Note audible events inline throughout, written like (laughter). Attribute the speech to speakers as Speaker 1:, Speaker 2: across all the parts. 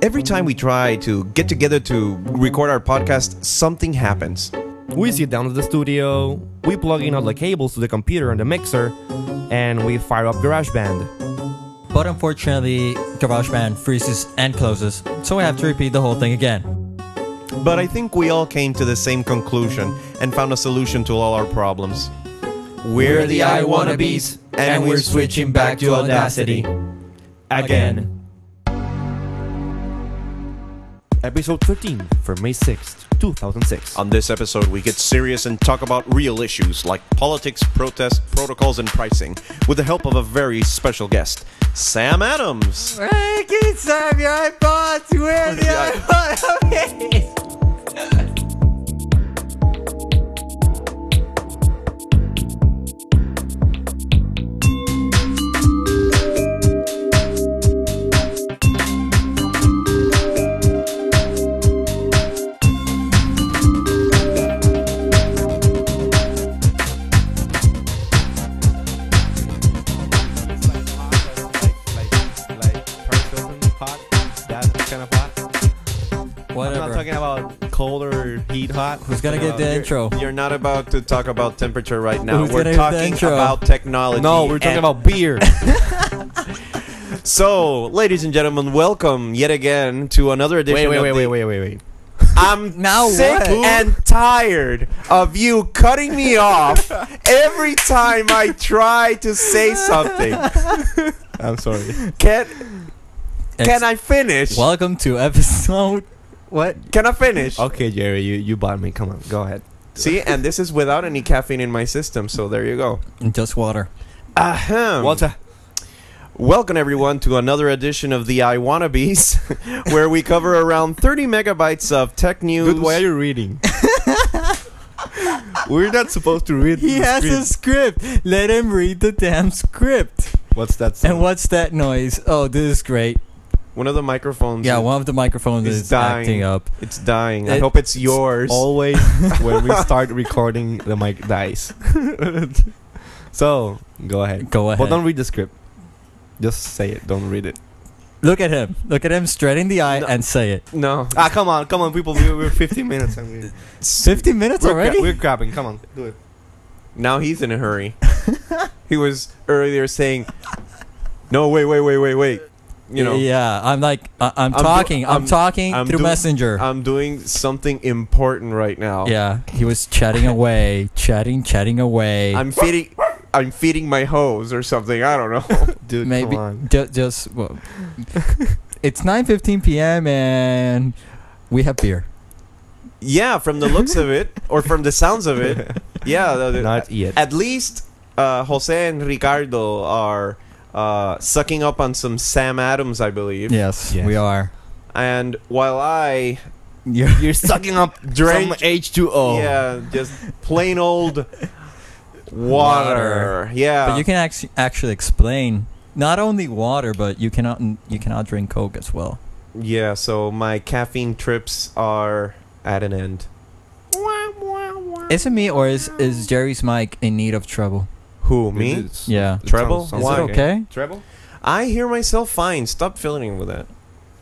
Speaker 1: Every time we try to get together to record our podcast, something happens.
Speaker 2: We sit down at the studio, we plug in all the cables to the computer and the mixer, and we fire up GarageBand.
Speaker 3: But unfortunately, GarageBand freezes and closes, so we have to repeat the whole thing again.
Speaker 1: But I think we all came to the same conclusion and found a solution to all our problems. We're
Speaker 3: the I wannabes, and we're switching back to Audacity. Again.
Speaker 2: Episode 13 for May 6th, 2006.
Speaker 1: On this episode, we get serious and talk about real issues like politics, protests, protocols, and pricing with the help of a very special guest, Sam Adams.
Speaker 4: Break inside your iPods, where the
Speaker 1: Yeah.
Speaker 4: iPod is.
Speaker 2: I'm not
Speaker 3: Whatever.
Speaker 2: talking about cold or heat hot.
Speaker 3: Who's gonna get the
Speaker 1: You're-
Speaker 3: intro?
Speaker 1: You're not about to talk about temperature right now.
Speaker 3: Who's
Speaker 1: we're
Speaker 3: gonna do the
Speaker 1: talking
Speaker 3: intro?
Speaker 1: about technology.
Speaker 2: No, we're talking
Speaker 1: and-
Speaker 2: about (laughs) beer.
Speaker 1: So, ladies and gentlemen, welcome yet again to another edition.
Speaker 2: wait, wait,
Speaker 1: of
Speaker 2: wait,
Speaker 1: the-
Speaker 2: wait, wait, wait, wait.
Speaker 1: I'm
Speaker 3: Now
Speaker 1: sick
Speaker 3: what?
Speaker 1: and tired of you cutting me off every time I try to say something.
Speaker 2: I'm sorry.
Speaker 1: Can
Speaker 3: Ex-
Speaker 1: can I finish?
Speaker 3: Welcome to episode.
Speaker 2: What?
Speaker 1: Can I finish?
Speaker 2: Okay, Jerry, you, you bought me. Come on, go ahead.
Speaker 1: See, and this is without any caffeine in my system, so there you go.
Speaker 3: Just water.
Speaker 1: Ahem.
Speaker 2: Walter.
Speaker 1: Welcome everyone to another edition of the I Wannabes, (laughs) where we cover around 30 megabytes of tech news.
Speaker 2: Dude, why are you reading? We're not supposed to read.
Speaker 3: He
Speaker 2: the
Speaker 3: has a
Speaker 2: script.
Speaker 3: script. Let him read the damn script.
Speaker 2: What's that? Sound?
Speaker 3: And what's that noise? Oh, this is great.
Speaker 1: One of the microphones.
Speaker 3: Yeah, one of the microphones
Speaker 1: It's
Speaker 3: is
Speaker 1: dying.
Speaker 3: acting up.
Speaker 1: It's dying. I
Speaker 3: It-
Speaker 1: hope it's
Speaker 2: (laughs)
Speaker 1: yours.
Speaker 2: Always when we start recording, the mic (laughs) dies. so go ahead.
Speaker 3: Go ahead.
Speaker 2: But don't read the script. Just say it. Don't read it.
Speaker 3: Look at him. Look at him straight in the eye
Speaker 1: No.
Speaker 3: and say it.
Speaker 1: no.
Speaker 2: Ah, come on, come on, people. We're, we're 15 minutes. And we're,
Speaker 3: 50 minutes
Speaker 2: we're,
Speaker 3: already?
Speaker 2: gra- we're grabbing. Come on, do it.
Speaker 1: Now he's in a hurry. he was earlier saying, "No, wait, wait, wait, wait, wait." You know,
Speaker 3: yeah, I'm like, I-
Speaker 1: I'm
Speaker 3: I'm,
Speaker 1: do-
Speaker 3: talking. I'm,
Speaker 1: I'm-
Speaker 3: talking
Speaker 1: I'm
Speaker 3: through
Speaker 1: doing- Oh.
Speaker 3: Messenger.
Speaker 1: I'm doing something important right now.
Speaker 3: yeah, he was chatting away, chatting, chatting away.
Speaker 1: I'm feeding. I'm feeding my hose or something. I don't know.
Speaker 2: Dude,
Speaker 3: Maybe
Speaker 2: come on.
Speaker 3: ju- just well, it's 9:15 p.m. and we have beer.
Speaker 1: yeah, from the looks of it, or from the sounds of it. Yeah, the- the-
Speaker 2: (laughs) Not yet.
Speaker 1: at least uh, Jose and Ricardo are uh, sucking up on some Sam Adams, I believe.
Speaker 3: Yes,
Speaker 2: Yes.
Speaker 3: we are.
Speaker 1: And while I,
Speaker 3: You're,
Speaker 2: You're sucking (laughs) up
Speaker 1: Drain-
Speaker 3: Oh.
Speaker 2: H2O.
Speaker 1: yeah,
Speaker 3: (laughs)
Speaker 1: just plain old water. Yeah.
Speaker 3: But you can actually actually explain not only water, but you cannot you cannot drink Coke as well.
Speaker 1: Yeah, so my caffeine trips are at an end.
Speaker 3: Is it me or is is Jerry's mic in need of trouble?
Speaker 1: Who, me?
Speaker 3: Yeah.
Speaker 1: Treble?
Speaker 2: Sounds- sounds
Speaker 1: Why?
Speaker 2: like-
Speaker 3: Okay.
Speaker 2: Treble?
Speaker 1: I hear myself fine. Stop fiddling with that.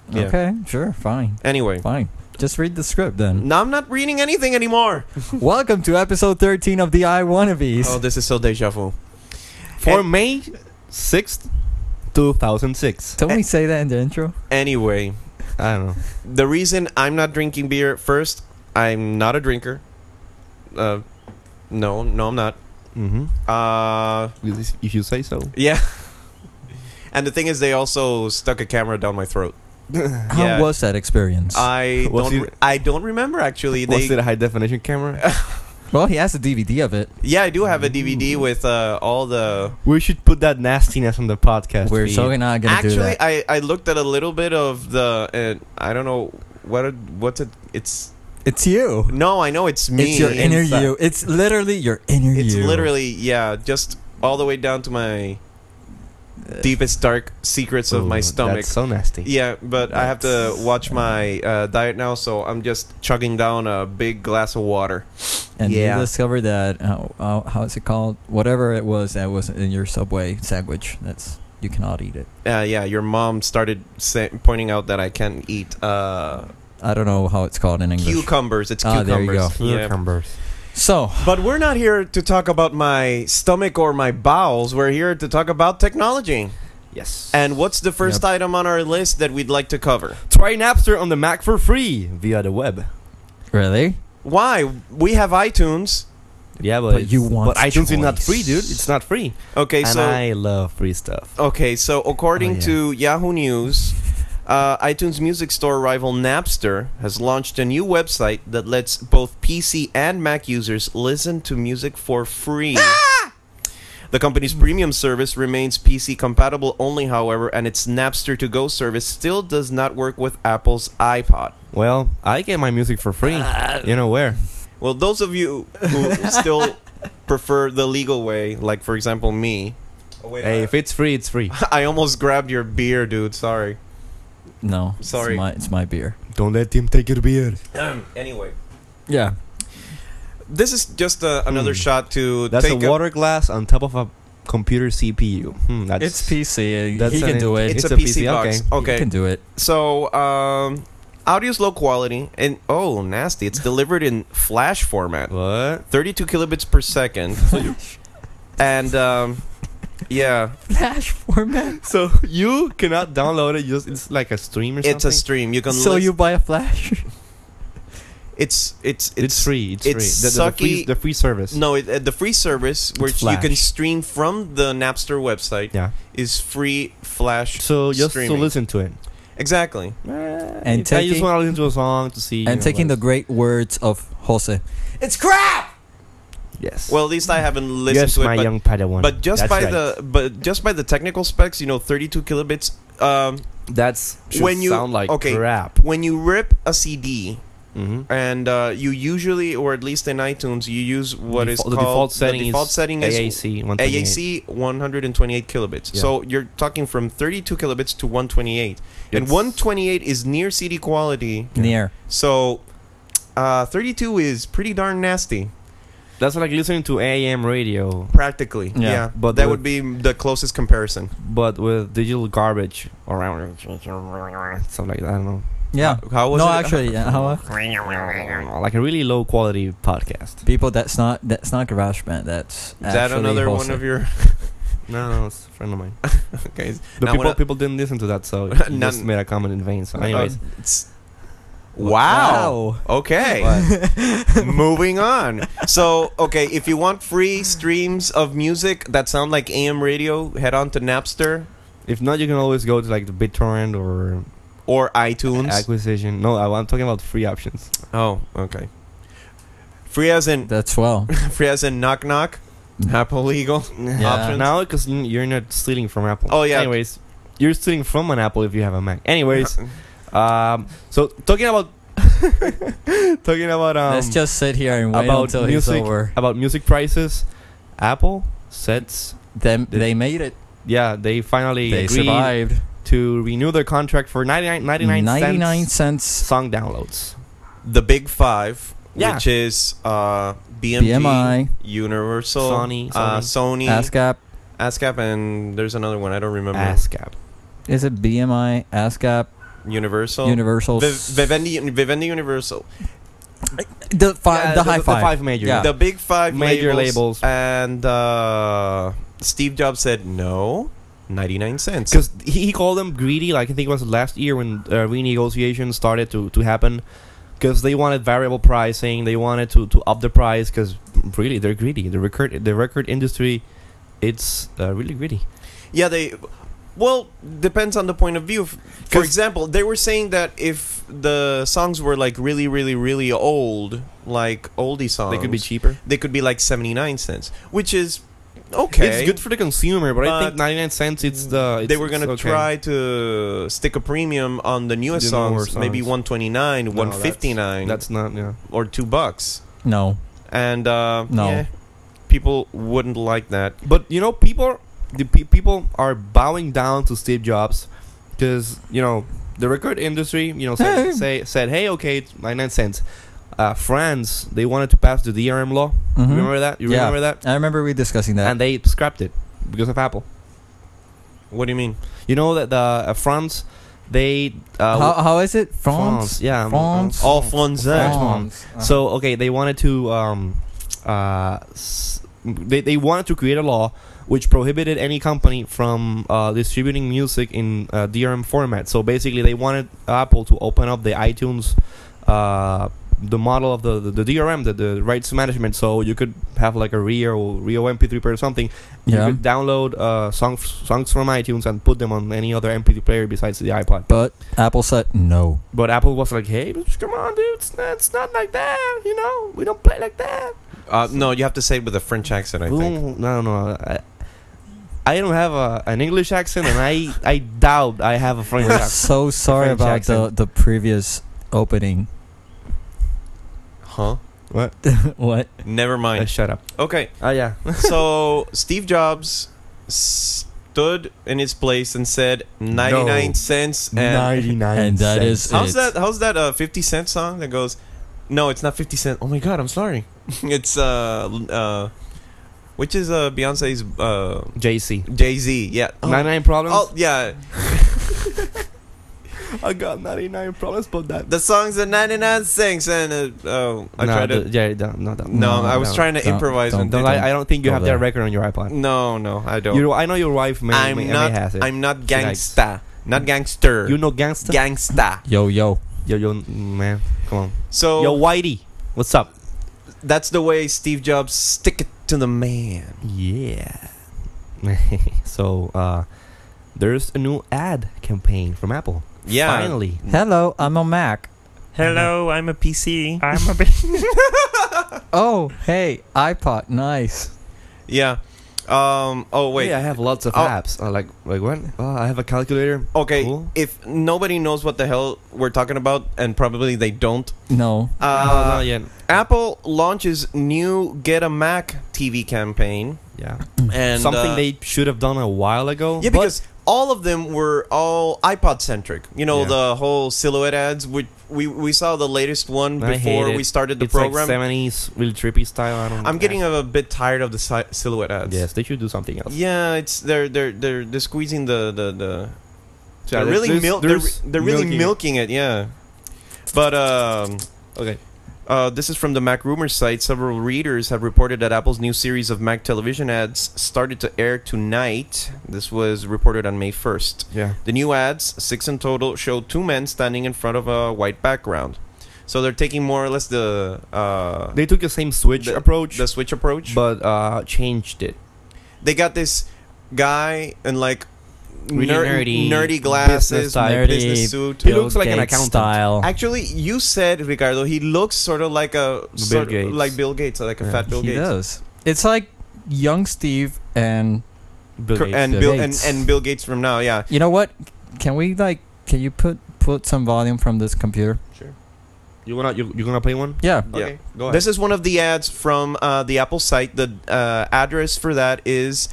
Speaker 1: Yeah.
Speaker 3: Okay. Sure. Fine.
Speaker 1: Anyway,
Speaker 3: Fine. Just read the script then.
Speaker 1: no, I'm not reading anything anymore.
Speaker 3: Welcome to episode 13 of the I Wannabes.
Speaker 1: Oh, this is so deja vu.
Speaker 2: For
Speaker 1: And-
Speaker 2: May 6th, 2006.
Speaker 1: eh.
Speaker 3: Don't we say that in the intro?
Speaker 1: Anyway,
Speaker 2: I don't know.
Speaker 1: the reason I'm not drinking beer first, I'm not a drinker. Uh, no, no, I'm not.
Speaker 2: Mm-hmm.
Speaker 1: Uh,
Speaker 2: If you say so.
Speaker 1: yeah. and the thing is, they also stuck a camera down my throat.
Speaker 3: How
Speaker 1: Yeah. Uh,
Speaker 3: was that experience? (laughs)
Speaker 1: I
Speaker 2: Was
Speaker 1: don't.
Speaker 2: it-
Speaker 1: re- I don't remember actually. They,
Speaker 2: Was it a high definition camera?
Speaker 3: well, he has a DVD of it.
Speaker 1: Yeah, I do have a
Speaker 3: Mm-hmm.
Speaker 1: DVD with uh, all the.
Speaker 2: we should put that nastiness on the podcast.
Speaker 3: We're
Speaker 2: feed.
Speaker 3: so not gonna do
Speaker 1: Actually,
Speaker 3: that.
Speaker 1: I, I looked at a little bit of the. Uh, I don't know what it, what's it. It's
Speaker 3: It's you.
Speaker 1: no, I know it's me.
Speaker 3: It's your inner
Speaker 1: inside.
Speaker 3: you. It's literally your inner
Speaker 1: It's
Speaker 3: you.
Speaker 1: literally yeah, just all the way down to my deepest dark secrets of
Speaker 2: Ooh,
Speaker 1: my stomach.
Speaker 2: That's so nasty.
Speaker 1: Yeah, but I have to
Speaker 3: That's-
Speaker 1: watch my uh, diet now, so I'm just chugging down a big glass of water.
Speaker 3: And
Speaker 1: Yeah.
Speaker 3: you discovered that uh, uh, how is it called? Whatever it was that was in your subway sandwich. That's you cannot eat it.
Speaker 1: Uh, yeah, your mom started sa- pointing out that I can't eat uh,
Speaker 3: I don't know how it's called in English.
Speaker 1: cucumbers. It's
Speaker 3: Ah,
Speaker 1: cucumbers.
Speaker 3: there you
Speaker 1: Yeah.
Speaker 2: Cucumbers.
Speaker 3: so
Speaker 1: But we're not here to talk about my stomach or my bowels. We're here to talk about technology.
Speaker 2: Yes.
Speaker 1: And what's the first item on our list that we'd like to cover?
Speaker 2: Try Napster on the Mac for free via the web.
Speaker 3: really,
Speaker 1: Why? We have iTunes.
Speaker 2: Yeah,
Speaker 3: But
Speaker 2: it's-
Speaker 3: you want
Speaker 2: but iTunes is not free, dude.
Speaker 3: choice.
Speaker 2: It's not free.
Speaker 1: Okay,
Speaker 2: and
Speaker 1: so
Speaker 2: I love free stuff.
Speaker 1: okay, so according
Speaker 3: Oh,
Speaker 1: to
Speaker 3: yeah.
Speaker 1: Yahoo News, uh, iTunes music store rival Napster has launched a new website that lets both PC and Mac users listen to music for free. The company's premium service remains PC compatible only, however, and its Napster to go service still does not work with Apple's iPod.
Speaker 2: Well, I get my music for free. you know where?
Speaker 1: Well, those of you (laughs) who still prefer the legal way, like for example me, oh, wait,
Speaker 2: Hey, if it's free, it's free.
Speaker 1: (laughs) I almost grabbed your beer, dude. Sorry.
Speaker 3: no. it's
Speaker 1: Sorry.
Speaker 3: my- it's my beer.
Speaker 2: Don't let him take your beer.
Speaker 1: anyway,
Speaker 3: Yeah.
Speaker 1: this is just uh, another shot to
Speaker 2: That's
Speaker 1: take
Speaker 2: a water glass on top of a computer CPU. Hmm, that's
Speaker 3: It's PC.
Speaker 2: That's
Speaker 3: he
Speaker 2: an-
Speaker 3: can do it.
Speaker 1: It's,
Speaker 2: It's
Speaker 1: a,
Speaker 2: a
Speaker 1: PC,
Speaker 2: PC,
Speaker 1: box. Okay.
Speaker 3: He can do it. (laughs)
Speaker 1: So, um, audio's low quality and oh, nasty. It's delivered in Flash format,
Speaker 2: what?
Speaker 1: 32 kilobits per second, and um, yeah,
Speaker 3: Flash format.
Speaker 2: So you cannot download it. You just it's like a stream or
Speaker 1: it's a
Speaker 2: something.
Speaker 1: stream. You can
Speaker 3: So
Speaker 1: lis-
Speaker 3: you buy a flash.
Speaker 1: it's it's
Speaker 2: it's, free. It's,
Speaker 1: it's
Speaker 2: free. The, the, the free.
Speaker 1: sucky-
Speaker 2: The free service.
Speaker 1: No, it, uh, the free service where
Speaker 3: It's
Speaker 1: you can
Speaker 3: Flash.
Speaker 1: stream from the Napster website
Speaker 2: Yeah.
Speaker 1: is free Flash.
Speaker 2: So just
Speaker 1: Streaming. Eh,
Speaker 2: to listen to it.
Speaker 1: exactly.
Speaker 2: I
Speaker 3: And taking
Speaker 2: just want to listen to a song to see.
Speaker 3: and taking the
Speaker 2: the
Speaker 3: great words of Jose. It's crap.
Speaker 2: yes.
Speaker 1: Well, at least I haven't listened
Speaker 2: yes,
Speaker 1: to it.
Speaker 2: my
Speaker 1: but,
Speaker 2: young Padawan.
Speaker 1: but just
Speaker 2: That's
Speaker 1: by
Speaker 2: right.
Speaker 1: the but just by the technical specs, you know, 32 kilobits. Um,
Speaker 2: that's should
Speaker 1: when you-
Speaker 2: sound like
Speaker 1: okay.
Speaker 2: crap.
Speaker 1: when you rip a CD,
Speaker 2: hmm
Speaker 1: and uh, you usually, or at least in iTunes, you use what is
Speaker 2: Default- the
Speaker 1: called
Speaker 2: default setting
Speaker 1: the
Speaker 2: is
Speaker 1: default setting is
Speaker 2: AAC. 128.
Speaker 1: AAC 128 kilobits.
Speaker 2: Yeah.
Speaker 1: So you're talking from 32 kilobits to 128, and
Speaker 2: It's-
Speaker 1: 128 is near CD quality.
Speaker 3: Near.
Speaker 1: So, uh, 32 is pretty darn nasty,
Speaker 2: That's like listening to AM radio,
Speaker 1: practically. Yeah,
Speaker 3: Yeah,
Speaker 1: but
Speaker 2: but
Speaker 1: that
Speaker 2: the-
Speaker 1: would be the closest comparison.
Speaker 2: but with digital garbage around. Something like that. I don't know.
Speaker 3: Yeah.
Speaker 1: How was
Speaker 3: no,
Speaker 1: it?
Speaker 3: actually, yeah, how,
Speaker 2: Like a really low quality podcast.
Speaker 3: people, that's not that's not GarageBand. That's
Speaker 1: Is that
Speaker 3: actually
Speaker 1: another
Speaker 3: Jose.
Speaker 1: one of your? (laughs)
Speaker 2: No, no, it's a friend of mine.
Speaker 1: okay,
Speaker 2: The
Speaker 1: Now,
Speaker 2: people
Speaker 1: when I-
Speaker 2: people didn't listen to that,
Speaker 1: (laughs)
Speaker 2: so you
Speaker 1: None-
Speaker 2: just made a comment in vain. So, anyways,
Speaker 1: Uh, it's- wow. Okay. (laughs) Moving on. So, okay, if you want free streams of music that sound like AM radio, head on to Napster
Speaker 2: if not, you can always go to like the BitTorrent or
Speaker 1: or iTunes.
Speaker 2: acquisition. No, I, I'm talking about free options.
Speaker 1: oh, okay. Free as in
Speaker 3: That's well.
Speaker 1: free as in knock knock, Apple legal.
Speaker 3: Yeah.
Speaker 1: (laughs) Options.
Speaker 2: Now, because you're not stealing from Apple.
Speaker 1: Oh, yeah.
Speaker 2: Anyways, you're stealing from an Apple if you have a Mac.
Speaker 1: (laughs)
Speaker 2: Anyways, um, so talking about (laughs) talking about um
Speaker 3: Let's just sit here and wait
Speaker 2: about
Speaker 3: until
Speaker 2: music.
Speaker 3: it's over.
Speaker 2: about music prices, Apple sets.
Speaker 3: Them, they made it.
Speaker 2: Yeah, they finally
Speaker 3: They
Speaker 2: agreed
Speaker 3: survived.
Speaker 2: to renew their contract for 99, 99,
Speaker 3: 99
Speaker 2: cents
Speaker 3: cents.
Speaker 2: song downloads.
Speaker 1: The big five,
Speaker 2: Yeah.
Speaker 1: which is uh, BMG,
Speaker 3: BMI.
Speaker 1: Universal,
Speaker 2: Sony,
Speaker 1: uh, Sony
Speaker 3: ASCAP.
Speaker 1: ASCAP, and there's another one I don't remember.
Speaker 2: ASCAP.
Speaker 3: Is it BMI? ASCAP?
Speaker 1: Universal.
Speaker 3: Universal?
Speaker 1: Viv- Vivendi, Vivendi Universal.
Speaker 3: the, fi-
Speaker 2: Yeah,
Speaker 3: the, high five.
Speaker 2: major.
Speaker 3: Yeah.
Speaker 1: the big five
Speaker 2: Major
Speaker 1: labels,
Speaker 2: labels.
Speaker 1: and uh, Steve Jobs said no, ninety nine cents.
Speaker 2: Because he, he called them greedy. Like I think it was last year when uh, renegotiation started to, to happen. Because they wanted variable pricing, they wanted to, to up the price. Because really, they're greedy. The record the record industry, it's uh, really greedy.
Speaker 1: Yeah, they. Well, depends on the point of view. F- For
Speaker 2: 'Cause-
Speaker 1: example, they were saying that if the songs were like really, really, really old, like oldie songs,
Speaker 2: They could be cheaper.
Speaker 1: They could be like seventy nine cents, which is okay.
Speaker 2: It's good for the consumer, but, I
Speaker 1: But-
Speaker 2: think ninety nine cents. It's the Oh, it's,
Speaker 1: they were
Speaker 2: it's
Speaker 1: gonna
Speaker 2: okay.
Speaker 1: try to stick a premium on the newest
Speaker 2: The newer
Speaker 1: songs, maybe
Speaker 2: songs.
Speaker 1: one twenty nine, one fifty nine,
Speaker 2: That's not yeah.
Speaker 1: or two bucks.
Speaker 3: No.
Speaker 1: and uh,
Speaker 3: No.
Speaker 1: yeah, people wouldn't like that.
Speaker 2: But you know, people the pe- people are bowing down to Steve Jobs because you know the record industry, you know, said,
Speaker 3: Hey.
Speaker 2: say, said, "Hey, okay, it's 99 cents." Uh, France, they wanted to pass the DRM law.
Speaker 3: Mhm.
Speaker 2: Remember that? You
Speaker 3: Yeah.
Speaker 2: remember that?
Speaker 3: I remember we discussing that.
Speaker 2: And they scrapped it because of Apple.
Speaker 1: What do you mean?
Speaker 2: You know that the uh, France, they uh,
Speaker 3: how, how is it?
Speaker 2: France,
Speaker 3: France?
Speaker 2: yeah,
Speaker 3: France?
Speaker 1: All funds
Speaker 2: French
Speaker 1: out.
Speaker 3: France. Uh,
Speaker 2: So okay, they wanted to um, uh, s- they they wanted to create a law which prohibited any company from uh, distributing music in uh, DRM format. So basically, they wanted Apple to open up the iTunes. Uh, the model of the, the, the DRM, the, the rights management, so you could have like a Rio Rio MP3 player or something.
Speaker 3: yeah.
Speaker 2: You could download uh, songs songs from iTunes and put them on any other MP3 player besides the iPod.
Speaker 3: But Apple said no.
Speaker 2: But Apple was like, "Hey, bitch, come on, dude, it's not, it's not like that, you know. We don't play like that."
Speaker 1: Uh, no, you have to say it with a French accent. I think.
Speaker 2: Boom. No, no, I, I don't have a, an English accent, and I, I doubt I have a (laughs) French
Speaker 3: We're
Speaker 2: accent.
Speaker 3: so sorry
Speaker 2: French
Speaker 3: about the,
Speaker 2: accent.
Speaker 3: the previous
Speaker 2: (laughs)
Speaker 3: opening.
Speaker 1: Huh?
Speaker 3: what?
Speaker 1: Never
Speaker 2: Uh,
Speaker 1: mind.
Speaker 2: shut up.
Speaker 1: (laughs) Okay.
Speaker 2: Oh yeah.
Speaker 1: so Steve Jobs stood in his place and said 99
Speaker 2: No.
Speaker 1: cents and
Speaker 2: Ninety-nine.
Speaker 3: And that
Speaker 2: cents.
Speaker 3: is
Speaker 1: how's
Speaker 3: it.
Speaker 1: that how's that uh 50 cent song that goes no it's not 50 cent oh my god i'm sorry (laughs) it's uh uh which is uh beyonce's uh
Speaker 2: JC.
Speaker 1: jay-z yeah oh,
Speaker 2: Ninety-nine problems.
Speaker 1: oh, yeah
Speaker 2: I got ninety-nine problems, but that.
Speaker 1: the song's at 99 cents and uh, oh i
Speaker 2: no,
Speaker 1: tried to
Speaker 2: the- yeah, no, no, no,
Speaker 1: no, i was
Speaker 2: no.
Speaker 1: trying to
Speaker 3: Don't-
Speaker 1: improvise
Speaker 3: don't-
Speaker 1: and
Speaker 2: Don't,
Speaker 1: didn't.
Speaker 2: I, I don't think you
Speaker 3: Go
Speaker 2: have
Speaker 3: there.
Speaker 2: that record on your iPod.
Speaker 1: no no i don't
Speaker 2: You, I know your wife may,
Speaker 1: i'm
Speaker 2: may,
Speaker 1: not
Speaker 2: may has it.
Speaker 1: i'm not
Speaker 2: likes-
Speaker 1: gangsta not gangster
Speaker 2: you know gangster.
Speaker 1: gangsta
Speaker 3: Yo, yo.
Speaker 2: yo, yo, man, come on.
Speaker 1: so
Speaker 2: Yo, Whitey, what's up?
Speaker 1: that's the way Steve Jobs stick it to the man.
Speaker 2: Yeah. (laughs) so uh, there's a new ad campaign from Apple.
Speaker 1: Yeah.
Speaker 2: Finally.
Speaker 3: Hello, I'm a Mac.
Speaker 1: Hello, I'm a PC.
Speaker 4: I'm a (laughs) bit.
Speaker 3: Oh, hey, iPod. Nice.
Speaker 1: Yeah. Um. Oh wait.
Speaker 2: Yeah, I have lots of
Speaker 1: Oh.
Speaker 2: apps. Uh, like like what? Oh, I have a calculator.
Speaker 1: Okay.
Speaker 2: Cool.
Speaker 1: If nobody knows what the hell we're talking about, and probably they don't.
Speaker 3: No.
Speaker 2: Oh,
Speaker 1: Uh,
Speaker 2: not yet.
Speaker 1: Apple launches new Get a Mac TV campaign,
Speaker 2: Yeah.
Speaker 1: and
Speaker 2: Hmm. Something
Speaker 1: uh,
Speaker 2: they should have done a while ago.
Speaker 1: yeah because all of them were all iPod centric. You know
Speaker 2: Yeah.
Speaker 1: the whole silhouette ads. Which we we saw the latest one
Speaker 2: I hate
Speaker 1: before
Speaker 2: it.
Speaker 1: we started the
Speaker 2: it's
Speaker 1: program.
Speaker 2: like 70s, really trippy style. I don't
Speaker 1: I'm getting a bit tired of the si- silhouette ads.
Speaker 2: Yes, they should do something else.
Speaker 1: Yeah, it's they're they're they're they're squeezing the the the.
Speaker 2: Yeah,
Speaker 1: They're really
Speaker 2: there's-
Speaker 1: milk. They're,
Speaker 2: there's
Speaker 1: they're really milking,
Speaker 2: milking.
Speaker 1: it. Yeah, but um,
Speaker 2: Okay.
Speaker 1: uh, this is from the Mac rumors site. Several readers have reported that Apple's new series of Mac television ads started to air tonight. This was reported on May first.
Speaker 2: Yeah.
Speaker 1: The new ads, six in total, show two men standing in front of a white background. So they're taking more or less the uh,
Speaker 2: They took the same switch
Speaker 1: The-
Speaker 2: approach,
Speaker 1: the switch approach.
Speaker 2: but uh, changed it.
Speaker 1: they got this guy in like
Speaker 2: Really
Speaker 1: ner- nerdy,
Speaker 2: nerdy,
Speaker 1: glasses,
Speaker 2: business type.
Speaker 1: business,
Speaker 3: Nerdy.
Speaker 1: suit.
Speaker 2: He
Speaker 3: Bill
Speaker 2: looks like an
Speaker 3: Gates
Speaker 2: accountant.
Speaker 3: Style.
Speaker 1: Actually, you said Ricardo, he looks sort of like a
Speaker 2: Bill
Speaker 1: sort of
Speaker 2: Gates.
Speaker 1: like Bill Gates, like a
Speaker 2: Yeah.
Speaker 1: fat Bill
Speaker 3: he
Speaker 1: Gates,
Speaker 3: does. It's like young Steve and
Speaker 2: Bill
Speaker 1: Cor-
Speaker 2: Gates
Speaker 1: and
Speaker 2: did.
Speaker 1: Bill and,
Speaker 3: Gates.
Speaker 1: and Bill Gates from now. Yeah,
Speaker 3: you know what? Can we like? Can you put put some volume from this computer?
Speaker 2: you wanna you, you gonna play one?
Speaker 3: Yeah.
Speaker 1: Yeah.
Speaker 2: Okay, go ahead.
Speaker 1: this is one of the ads from uh, the Apple site. The uh, address for that is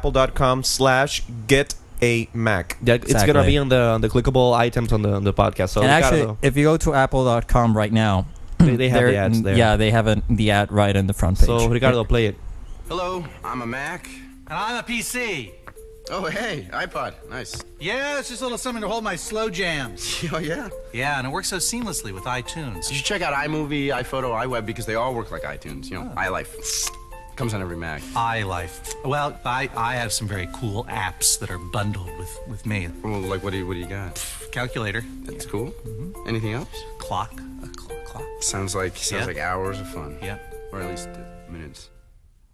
Speaker 1: www.apple.com/slash get a Mac.
Speaker 2: Yeah, it's gonna
Speaker 3: Exactly.
Speaker 2: be on the on the clickable items on the on the podcast. So
Speaker 3: and actually,
Speaker 2: Ricardo,
Speaker 3: if you go to apple.com right now,
Speaker 2: They- they have
Speaker 3: there-
Speaker 2: the ads there.
Speaker 3: Yeah, they have an, the ad right in the front page.
Speaker 2: so Oh, Ricardo, play it.
Speaker 5: Hello, I'm a Mac.
Speaker 6: And I'm a PC.
Speaker 5: Oh, hey, iPod. Nice.
Speaker 6: Yeah, it's just a little something to hold my slow jams.
Speaker 5: (laughs) Oh, yeah.
Speaker 6: Yeah, and it works so seamlessly with iTunes.
Speaker 5: You should check out iMovie, iPhoto, iWeb because they all work like iTunes. You know, iLife. Comes on every Mac.
Speaker 6: iLife. Well, I, I have some very cool apps that are bundled with, with me.
Speaker 5: Well, like, what do you, what do you got?
Speaker 6: Calculator,
Speaker 5: That's cool. Anything else?
Speaker 6: clock, a cl- clock.
Speaker 5: Sounds like sounds
Speaker 6: Yeah.
Speaker 5: like hours of fun.
Speaker 6: Yeah.
Speaker 5: Or at least uh, minutes.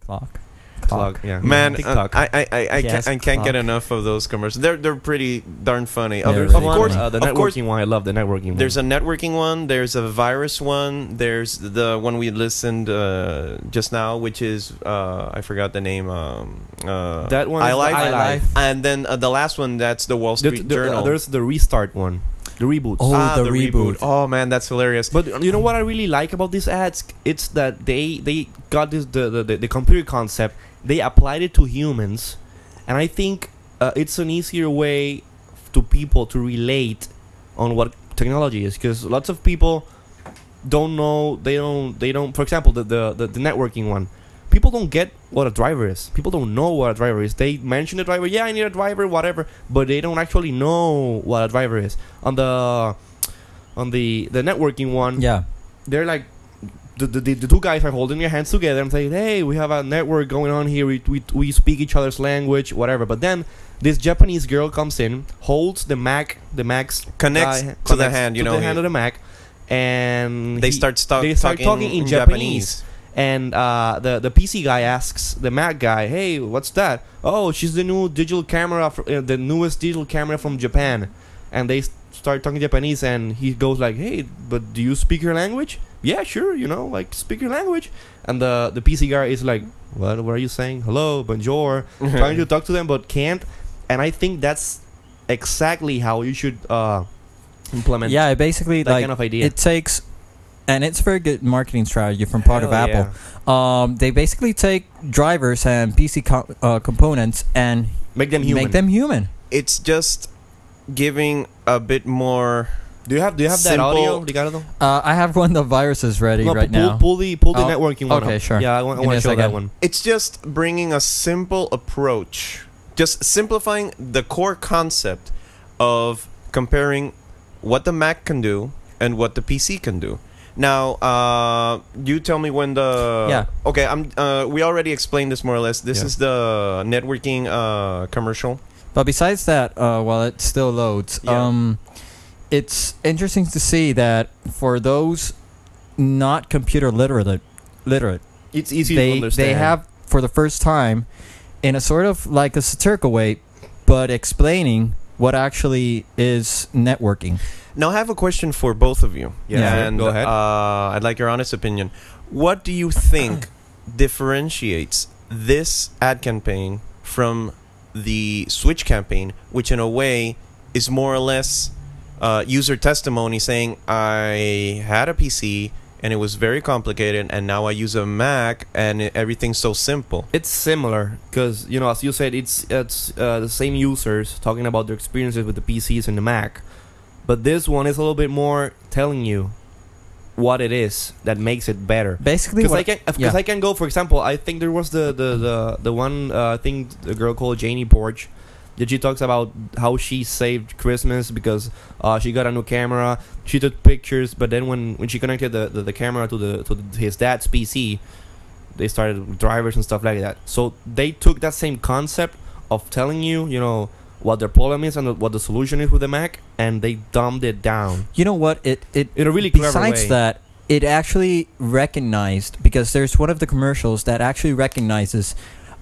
Speaker 3: clock,
Speaker 2: Plug,
Speaker 3: clock.
Speaker 2: yeah.
Speaker 1: Man, uh,
Speaker 2: TikTok.
Speaker 1: I I I, I,
Speaker 3: Yes,
Speaker 1: can't, I can't get
Speaker 3: fuck.
Speaker 1: enough of those commercials. They're they're pretty darn funny. Of,
Speaker 3: They're
Speaker 1: of
Speaker 3: really
Speaker 1: course,
Speaker 3: funny.
Speaker 2: uh, the
Speaker 1: of
Speaker 2: networking
Speaker 1: course,
Speaker 2: one. I love the networking one.
Speaker 1: There's a networking one. There's a virus one. There's the one we listened uh, just now, which is uh, I forgot the name. Um, uh,
Speaker 2: That one is
Speaker 1: iLife.
Speaker 2: the iLife.
Speaker 1: And then uh, the last one. That's the Wall
Speaker 2: The-
Speaker 1: Street
Speaker 2: the- uh,
Speaker 1: Journal.
Speaker 2: there's the restart one, the reboot.
Speaker 3: Oh, the, reboot.
Speaker 1: Oh man, that's hilarious.
Speaker 2: But you know what I really like about these ads? It's that they they got this the the, the, the computer concept. They applied it to humans, and I think uh, it's an easier way to people to relate on what technology is because lots of people don't know they don't they don't for example the the, the, the networking one people don't get what a driver is. People don't know what a driver is. They mention a driver, yeah, I need a driver, whatever, but they don't actually know what a driver is. On the on the the networking one,
Speaker 3: Yeah.
Speaker 2: they're like the, the, the two guys are holding their hands together and saying, "Hey, we have a network going on here. We, we, we speak each other's language, whatever." But then this Japanese girl comes in, holds the Mac, the Mac's
Speaker 1: Connects
Speaker 2: guy-
Speaker 1: to the hand, you
Speaker 2: to
Speaker 1: know,
Speaker 2: the hand
Speaker 1: he-
Speaker 2: of the Mac, and
Speaker 1: They
Speaker 2: he-
Speaker 1: start, stu-
Speaker 2: they start talking in Japanese.
Speaker 1: Japanese.
Speaker 2: and uh, the the PC guy asks the Mac guy, "Hey, what's that?" "Oh, she's the new digital camera, fr- uh, the newest digital camera from Japan." And they s- start talking Japanese, and he goes like, "Hey, but do you speak your language?" "Yeah, sure. You know, like speak your language." And the the PC guy is like, "What? What are you saying? Hello,
Speaker 1: (laughs)
Speaker 2: bonjour." trying to talk to them, but can't. And I think that's exactly how you should uh, implement
Speaker 3: Yeah, it basically
Speaker 2: that
Speaker 3: like
Speaker 2: kind of idea.
Speaker 3: it takes and it's a very good marketing strategy from part of
Speaker 2: Hell
Speaker 3: Apple.
Speaker 2: yeah.
Speaker 3: Um, they basically take drivers and PC co- uh, components and
Speaker 2: Make them human.
Speaker 3: make them human.
Speaker 1: It's just giving a bit more.
Speaker 2: do you have Do you have that
Speaker 1: simple-
Speaker 2: audio, Ricardo?
Speaker 3: Uh, I have (laughs) one of the viruses ready
Speaker 2: No,
Speaker 3: right
Speaker 2: pull,
Speaker 3: now.
Speaker 2: Pull the pull the
Speaker 3: Oh,
Speaker 2: networking one.
Speaker 3: okay,
Speaker 2: up.
Speaker 3: sure.
Speaker 2: Yeah, I want,
Speaker 3: Give me
Speaker 2: to
Speaker 3: a
Speaker 2: show that
Speaker 3: second.
Speaker 2: one.
Speaker 1: It's just bringing a simple approach, just simplifying the core concept of comparing what the Mac can do and what the PC can do. Now, uh, you tell me when the
Speaker 3: Yeah.
Speaker 1: Okay, I'm. Uh, we already explained this more or less. This
Speaker 2: Yeah.
Speaker 1: is the networking uh, commercial.
Speaker 3: But besides that, uh, while it still loads,
Speaker 1: Yeah.
Speaker 3: um, it's interesting to see that for those not computer literate, literate,
Speaker 2: It's easy to
Speaker 3: they
Speaker 2: understand.
Speaker 3: they have for the first time, in a sort of like a satirical way, but explaining what actually is networking.
Speaker 1: Now, I have a question for both of you.
Speaker 2: Yeah,
Speaker 3: Yeah.
Speaker 1: and,
Speaker 2: go ahead.
Speaker 1: Uh, I'd like your honest opinion. What do you
Speaker 2: (clears throat)
Speaker 1: think differentiates this ad campaign from the Switch campaign, which in a way is more or less uh, user testimony saying, I had a PC and it was very complicated, and now I use a Mac and it- everything's so simple?
Speaker 2: It's similar because you know, as you said, it's it's uh, the same users talking about their experiences with the PCs and the Mac, but this one is a little bit more telling you what it is that makes it better.
Speaker 3: Basically,
Speaker 2: Because
Speaker 3: what
Speaker 2: I can, because I
Speaker 3: yeah.
Speaker 2: can go. For example, I think there was the the the the one uh, I think the girl called Janie Borch. That she talks about how she saved Christmas because uh, she got a new camera. She took pictures, but then when, when she connected the, the, the camera to the to the, his dad's PC, they started with drivers and stuff like that. So they took that same concept of telling you, you know, what their problem is and what the solution is with the Mac, and they dumbed it down
Speaker 3: you know what it it
Speaker 2: in a really clever
Speaker 3: besides
Speaker 2: way.
Speaker 3: that it actually recognized because there's one of the commercials that actually recognizes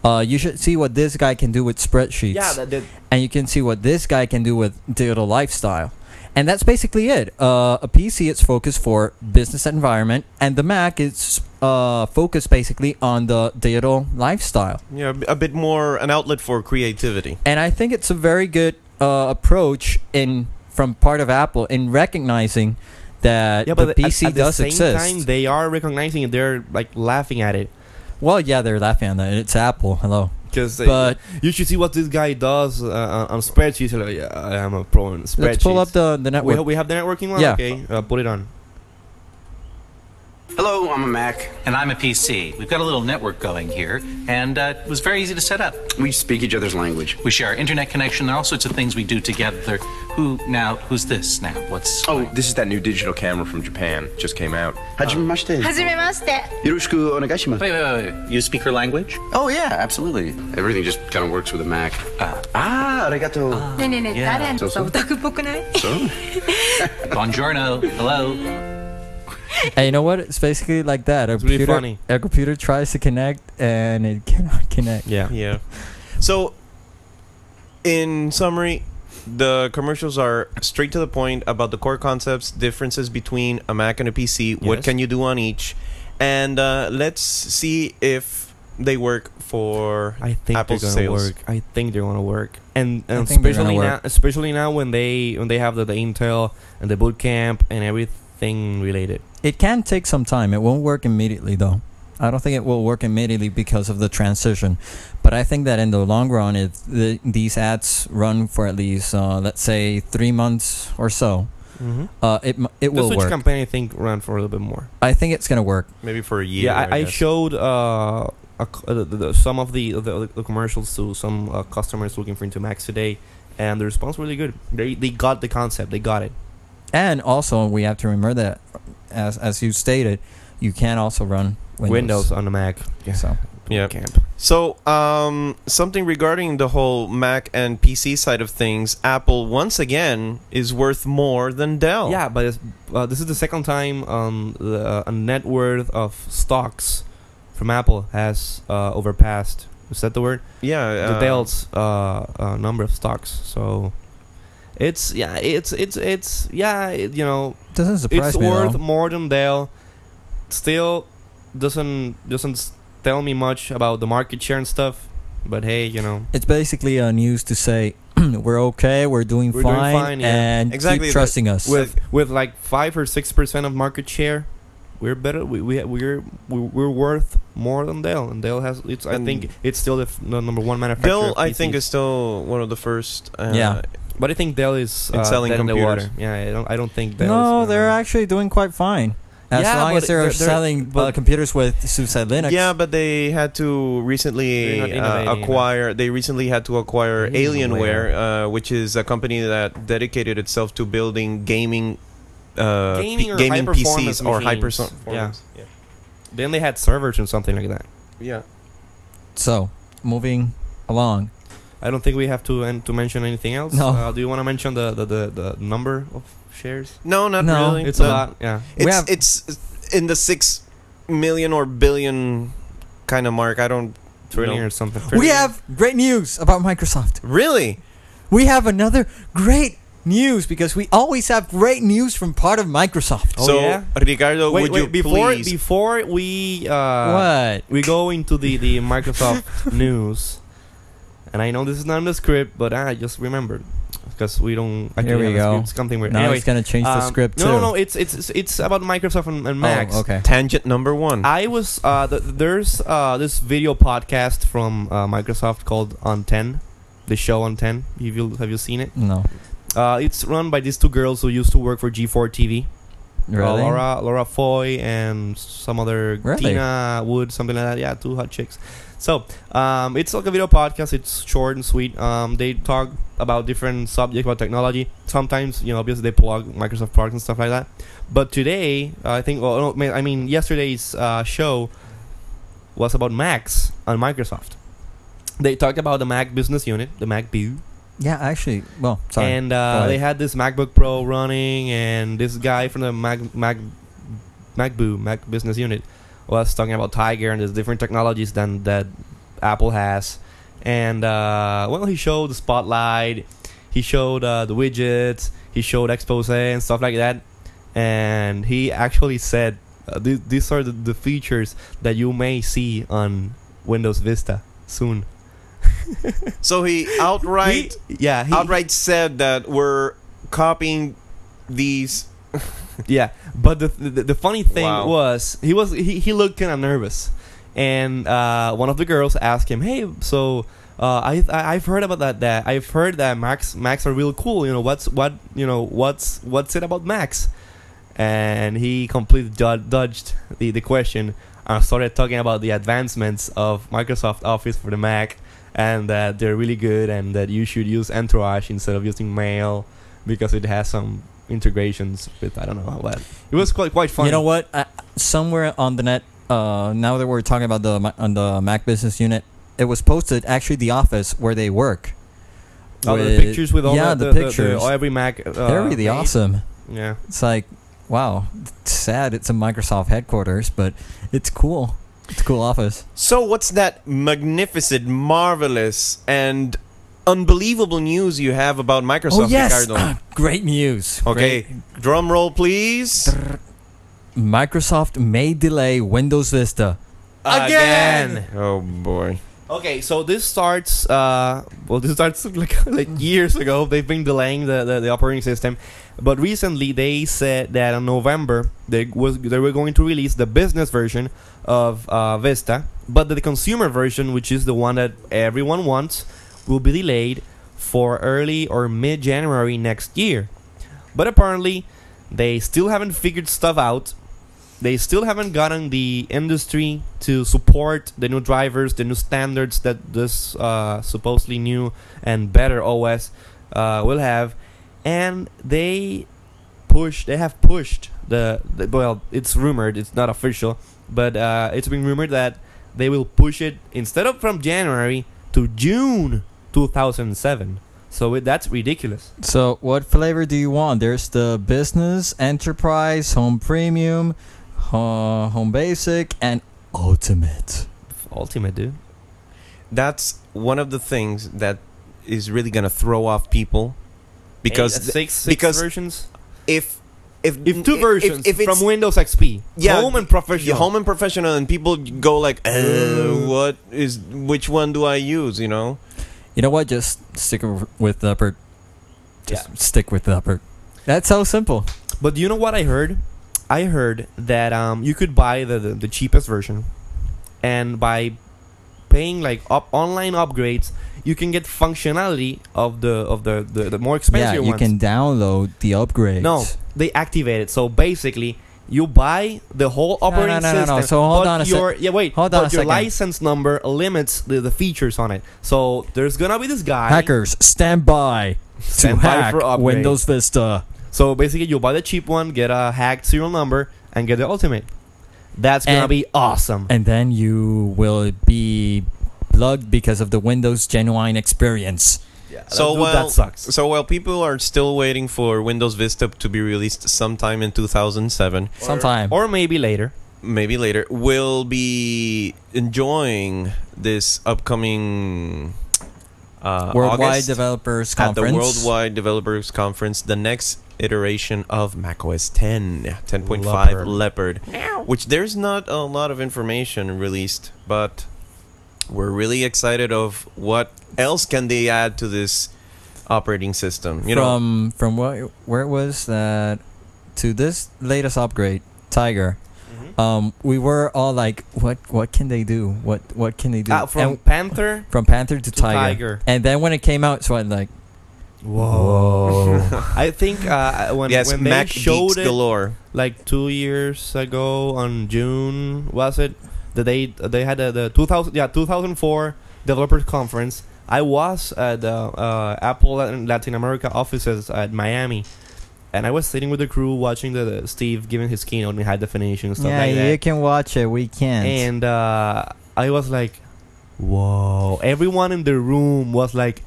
Speaker 3: uh, you should see what this guy can do with spreadsheets
Speaker 2: yeah, that, that,
Speaker 3: and you can see what this guy can do with digital lifestyle and that's basically it uh, a pc it's focused for business environment and the mac is uh, focused basically on the digital lifestyle
Speaker 1: Yeah, a bit more an outlet for creativity.
Speaker 3: and I think it's a very good uh, approach in from part of Apple in recognizing that
Speaker 2: yeah, but
Speaker 3: the
Speaker 2: at-
Speaker 3: PC
Speaker 2: at the
Speaker 3: does
Speaker 2: same
Speaker 3: exist.
Speaker 2: Time, they are recognizing it. They're like laughing at it
Speaker 3: well, yeah, they're laughing at that. It's Apple. Hello,
Speaker 2: because
Speaker 3: but
Speaker 2: uh, you should see what this guy does uh, on- on spreadsheets. You're Like, yeah, I am a pro in spreadsheets.
Speaker 3: let's pull up the the
Speaker 2: we,
Speaker 3: network.
Speaker 2: ha- we have the networking one.
Speaker 3: Yeah.
Speaker 2: Okay, uh, put it on.
Speaker 5: Hello, I'm a Mac.
Speaker 6: And I'm a PC. We've got a little network going here, and uh, it was very easy to set up.
Speaker 5: We speak each other's language.
Speaker 6: We share our internet connection. There are all sorts of things we do together. Who now? Who's this now? What's
Speaker 5: Oh,
Speaker 6: going-
Speaker 5: this is that new digital camera from Japan. Just came out. Ah. Hajimemashite.
Speaker 7: はじめまして。
Speaker 5: Yoroshiku onegaishimasu.
Speaker 6: Wait, wait, wait, wait. You speak her language?
Speaker 5: Oh yeah, absolutely. Everything just kind of works with a Mac. Ah, ah arigato.
Speaker 7: ねえねえねえ、誰
Speaker 5: そうそう
Speaker 7: オタクっぽくない
Speaker 5: So,
Speaker 6: Buongiorno. Hello.
Speaker 3: and you know what? It's basically like that. A
Speaker 2: really
Speaker 3: computer,
Speaker 2: funny.
Speaker 3: a computer tries to connect and it cannot (laughs) connect.
Speaker 2: Yeah.
Speaker 1: Yeah. So, in summary, the commercials are straight to the point about the core concepts, differences between a Mac and a PC, what
Speaker 2: Yes.
Speaker 1: can you do on each, and uh, let's see if they work for
Speaker 2: I think
Speaker 1: Apple's
Speaker 2: they're gonna
Speaker 1: sales.
Speaker 2: work. I think they're gonna work, and, and
Speaker 3: think they're
Speaker 2: especially
Speaker 3: gonna
Speaker 2: now,
Speaker 3: work.
Speaker 2: especially now when they when they have the, the Intel and the boot camp and everything related.
Speaker 3: It can take some time. It won't work immediately, though. I don't think it will work immediately because of the transition. But I think that in the long run, if the, these ads run for at least, uh, let's say, three months or so,
Speaker 2: Mm-hmm.
Speaker 3: uh, it, m- it
Speaker 2: The
Speaker 3: will
Speaker 2: Switch
Speaker 3: work.
Speaker 2: campaign, I think, ran for a little bit more.
Speaker 3: I think it's going to work.
Speaker 1: maybe for a year.
Speaker 2: Yeah, I, I
Speaker 1: guess.
Speaker 2: showed uh, a c- uh, the, the, some of the, the the commercials to some uh, customers looking for into Max today, and the response really good. They they got the concept. They got it.
Speaker 3: And also, we have to remember that, as as you stated, you can also run Windows.
Speaker 2: Windows, on the Mac. Yeah.
Speaker 3: So
Speaker 1: Yeah.
Speaker 2: Camp.
Speaker 1: So, um, something regarding the whole Mac and PC side of things, Apple once again is worth more than Dell.
Speaker 2: Oh. Yeah, but it's, uh, this is the second time um, the, uh, a net worth of stocks from Apple has uh, overpassed. Is that the word?
Speaker 1: yeah.
Speaker 2: the
Speaker 1: uh,
Speaker 2: Dell's uh, uh, number of stocks. So it's yeah, it's it's it's yeah, it, you know,
Speaker 3: doesn't surprise
Speaker 2: it's
Speaker 3: me
Speaker 2: worth
Speaker 3: though.
Speaker 2: more than Dell. Still doesn't doesn't s- tell me much about the market share and stuff. But hey, you know,
Speaker 3: It's basically a news to say (clears throat) we're okay, we're doing
Speaker 2: We're doing
Speaker 3: fine,
Speaker 2: fine, yeah.
Speaker 3: and
Speaker 1: Exactly,
Speaker 3: keep trusting us.
Speaker 2: with with like five or six percent of market share. We're better. We we we're we- we're worth more than Dell, and Dell has. It's. I
Speaker 1: And-
Speaker 2: think it's still the, f- the number one manufacturer.
Speaker 1: Dell,
Speaker 2: of
Speaker 1: I think,
Speaker 2: PCs.
Speaker 1: is still one of the first. Uh,
Speaker 3: Yeah.
Speaker 2: But I think Dell is
Speaker 1: In
Speaker 2: uh,
Speaker 1: selling
Speaker 2: dead in the
Speaker 1: computers.
Speaker 2: water. Yeah, I don't. I don't think Dell.
Speaker 3: no,
Speaker 2: is,
Speaker 3: they're
Speaker 2: actually.
Speaker 3: actually doing quite fine. As
Speaker 2: Yeah,
Speaker 3: long
Speaker 2: but
Speaker 3: as they're,
Speaker 2: they're- they're-
Speaker 3: selling uh,
Speaker 2: but-
Speaker 3: computers with SUSE Linux.
Speaker 1: Yeah, but they had to
Speaker 2: They're
Speaker 1: recently
Speaker 2: not
Speaker 1: uh,
Speaker 2: innovating,
Speaker 1: acquire. They recently had to acquire
Speaker 2: Alienware.
Speaker 1: Alienware, uh, which is a company that dedicated itself to building gaming, uh,
Speaker 2: Gaming
Speaker 1: p-
Speaker 2: or
Speaker 1: gaming
Speaker 2: high-performance
Speaker 1: PCs or high
Speaker 2: machines.
Speaker 1: performance. Yeah.
Speaker 2: Then they had servers and something like that.
Speaker 1: yeah.
Speaker 3: So, moving along.
Speaker 2: I don't think we have to end to mention anything else.
Speaker 3: No.
Speaker 2: Uh, do you want to mention the, the, the, the number of shares?
Speaker 1: No, not
Speaker 3: No.
Speaker 1: really.
Speaker 2: It's
Speaker 1: No.
Speaker 2: a lot. Yeah.
Speaker 3: We
Speaker 1: It's
Speaker 3: have-
Speaker 1: it's in the six million or billion kind of mark. I don't
Speaker 2: Trillion
Speaker 1: know.
Speaker 2: or something.
Speaker 3: We
Speaker 2: Trillion.
Speaker 3: have great news about Microsoft.
Speaker 1: Really?
Speaker 3: We have another great news because we always have great news from part of Microsoft.
Speaker 2: Oh,
Speaker 1: so
Speaker 2: yeah?
Speaker 1: Ricardo,
Speaker 2: Wait,
Speaker 1: would
Speaker 2: wait,
Speaker 1: you
Speaker 2: before
Speaker 1: please?
Speaker 2: before we uh,
Speaker 3: what?
Speaker 2: we go into the the Microsoft (laughs) news, and I know this is not in the script, but I just remembered because we don't. I
Speaker 3: Here we go.
Speaker 2: It's something weird.
Speaker 3: Now
Speaker 2: anyway,
Speaker 3: he's gonna change the
Speaker 2: um,
Speaker 3: script
Speaker 2: no,
Speaker 3: too.
Speaker 2: No, no, It's it's it's about Microsoft and, and Macs.
Speaker 3: Oh, okay.
Speaker 1: Tangent number one.
Speaker 2: I was uh, th- there's uh, this video podcast from uh, Microsoft called On Ten, the show On Ten. Have you have you seen it?
Speaker 3: No,
Speaker 2: Uh, it's run by these two girls who used to work for G4 TV. Uh,
Speaker 3: really.
Speaker 2: Laura Laura Foy and some other
Speaker 3: Really?
Speaker 2: Tina Wood, something like that. Yeah, two hot chicks. So um, it's like a video podcast. It's short and sweet. Um, they talk about different subjects about technology. Sometimes you know, obviously they plug Microsoft products and stuff like that. But today, uh, I think. Well, no, ma- I mean, yesterday's uh, show was about Macs on Microsoft. They talked about the Mac business unit, the Mac BU,
Speaker 3: Yeah, actually, well, sorry.
Speaker 2: and
Speaker 3: Go
Speaker 2: uh,
Speaker 3: ahead.
Speaker 2: they had this MacBook Pro running, and this guy from the Mac Mac MacBoo Mac business unit was talking about Tiger and there's different technologies than that Apple has. And uh, well, he showed the Spotlight, he showed uh, the widgets, he showed Expose and stuff like that. And he actually said, uh, th- "These are the, the features that you may see on Windows Vista soon."
Speaker 1: so he outright
Speaker 2: He- yeah, he,
Speaker 1: outright said that we're copying these.
Speaker 2: (laughs) Yeah, but the the, the funny thing
Speaker 1: Wow.
Speaker 2: was he was he, he looked kind of nervous, and uh, one of the girls asked him, "Hey, so uh, I, I I've heard about that that I've heard that Macs Macs are real cool. You know what's what you know what's what's it about Macs?" And he completely dod- dodged the the question and started talking about the advancements of Microsoft Office for the Mac and that they're really good and that you should use Entourage instead of using Mail because it has some integrations with I don't know what. It was quite quite fun.
Speaker 3: You know what? I, somewhere on the net, uh, now that we're talking about the Mi- on the Mac business unit, it was posted actually the office where they work.
Speaker 2: all Oh, the
Speaker 3: With-
Speaker 2: pictures with all
Speaker 3: yeah,
Speaker 2: the,
Speaker 3: the,
Speaker 2: the- the-
Speaker 3: pictures.
Speaker 2: the- every Mac. Uh,
Speaker 3: They're really
Speaker 2: made.
Speaker 3: awesome.
Speaker 2: Yeah,
Speaker 3: It's like, wow, it's sad. It's a Microsoft headquarters, but it's cool. It's a cool office.
Speaker 1: So what's that magnificent, marvelous, and unbelievable news you have about Microsoft,
Speaker 3: oh
Speaker 2: (clears throat)
Speaker 3: yes,
Speaker 1: Ricardo?
Speaker 3: great news.
Speaker 1: Okay,
Speaker 3: Great.
Speaker 1: drum roll, please.
Speaker 3: Microsoft may delay Windows Vista.
Speaker 2: again.
Speaker 1: Oh boy.
Speaker 2: Okay, so this starts. Uh, well, this starts (laughs) like, like years ago. They've been delaying the, the, the operating system, but recently they said that in November they was they were going to release the business version of uh, Vista, but the consumer version, which is the one that everyone wants, will be delayed for early or mid January next year. But apparently, they still haven't figured stuff out. they still haven't gotten the industry to support the new drivers, the new standards that this uh, supposedly new and better OS uh, will have, and they push. They have pushed the, the well. It's rumored. It's not official, but uh, it's been rumored that they will push it instead of from January to June 2007. So it, that's ridiculous.
Speaker 3: So, what flavor do you want? There's the business, enterprise, home premium, uh, home basic, and ultimate.
Speaker 2: Ultimate, dude.
Speaker 1: That's one of the things that is really gonna throw off people because
Speaker 2: Eight-
Speaker 1: th-
Speaker 2: six, six
Speaker 1: because
Speaker 2: versions.
Speaker 1: if if
Speaker 2: If two
Speaker 1: if-
Speaker 2: versions
Speaker 1: if, it's
Speaker 2: from Windows XP,
Speaker 1: Yeah,
Speaker 2: home and
Speaker 1: your
Speaker 2: professional.
Speaker 1: home and professional and people go like uh,
Speaker 2: Mm.
Speaker 1: what is which one do I use you know
Speaker 3: You know what? Just stick w- with the upper. Just
Speaker 2: Yeah.
Speaker 3: stick with the upper. That's so simple.
Speaker 2: But you know what I heard? I heard that um, you could buy the, the, the cheapest version, and by paying like up online upgrades, you can get functionality of the of the the, the more
Speaker 3: yeah,
Speaker 2: expensive
Speaker 3: you
Speaker 2: ones.
Speaker 3: can download the upgrades.
Speaker 2: no, they activate it. So basically, you buy the whole
Speaker 3: no,
Speaker 2: operating
Speaker 3: no, no, no.
Speaker 2: system.
Speaker 3: So hold
Speaker 2: but
Speaker 3: on a sec-
Speaker 2: your, Yeah, wait.
Speaker 3: hold
Speaker 2: but
Speaker 3: on a
Speaker 2: your
Speaker 3: second.
Speaker 2: license number limits the, the features on it. So there's gonna be this guy.
Speaker 3: Hackers, stand by
Speaker 2: Stand
Speaker 3: to
Speaker 2: by
Speaker 3: hack
Speaker 2: for upgrades.
Speaker 3: Windows Vista.
Speaker 2: So basically, you buy the cheap one, get a hacked serial number, and get the ultimate. That's gonna
Speaker 3: And-
Speaker 2: be awesome.
Speaker 3: And then you will be plugged because of the Windows Genuine experience.
Speaker 2: Yeah,
Speaker 1: So,
Speaker 2: that, dude,
Speaker 1: well,
Speaker 2: that sucks.
Speaker 1: so while people are still waiting for Windows Vista to be released sometime in 2007
Speaker 3: Sometime.
Speaker 2: Or maybe later.
Speaker 1: maybe later, will be enjoying this upcoming uh,
Speaker 3: Worldwide
Speaker 1: August
Speaker 3: Developers
Speaker 1: at the
Speaker 3: Conference.
Speaker 1: Worldwide Developers Conference, the next iteration of macOS 10, 10.5
Speaker 2: Leopard.
Speaker 1: Leopard, which there's not a lot of information released, but we're really excited of what else can they add to this operating system. You know,
Speaker 3: from from what where it was that to this latest upgrade, Tiger. Um, we were all like, what what can they do? What what can they do?
Speaker 2: Uh, from
Speaker 3: And
Speaker 2: Panther
Speaker 3: from Panther
Speaker 2: to
Speaker 3: to, Tiger.
Speaker 2: Tiger.
Speaker 3: And then when it came out, so I'm like,
Speaker 2: Whoa. (laughs) I think uh, when,
Speaker 1: yes,
Speaker 2: when
Speaker 1: Mac
Speaker 2: they showed
Speaker 1: geeks
Speaker 2: it
Speaker 1: galore.
Speaker 2: like two years ago on June, was it? That they they had uh, the 2000 yeah 2004 developers conference. I was at the uh, Apple Latin Latin America offices at Miami, and I was sitting with the crew watching the, the Steve giving his keynote in high definition and stuff
Speaker 3: yeah,
Speaker 2: like that.
Speaker 3: you can watch it. We can't.
Speaker 2: and uh, I was like, "Whoa!" Everyone in the room was like,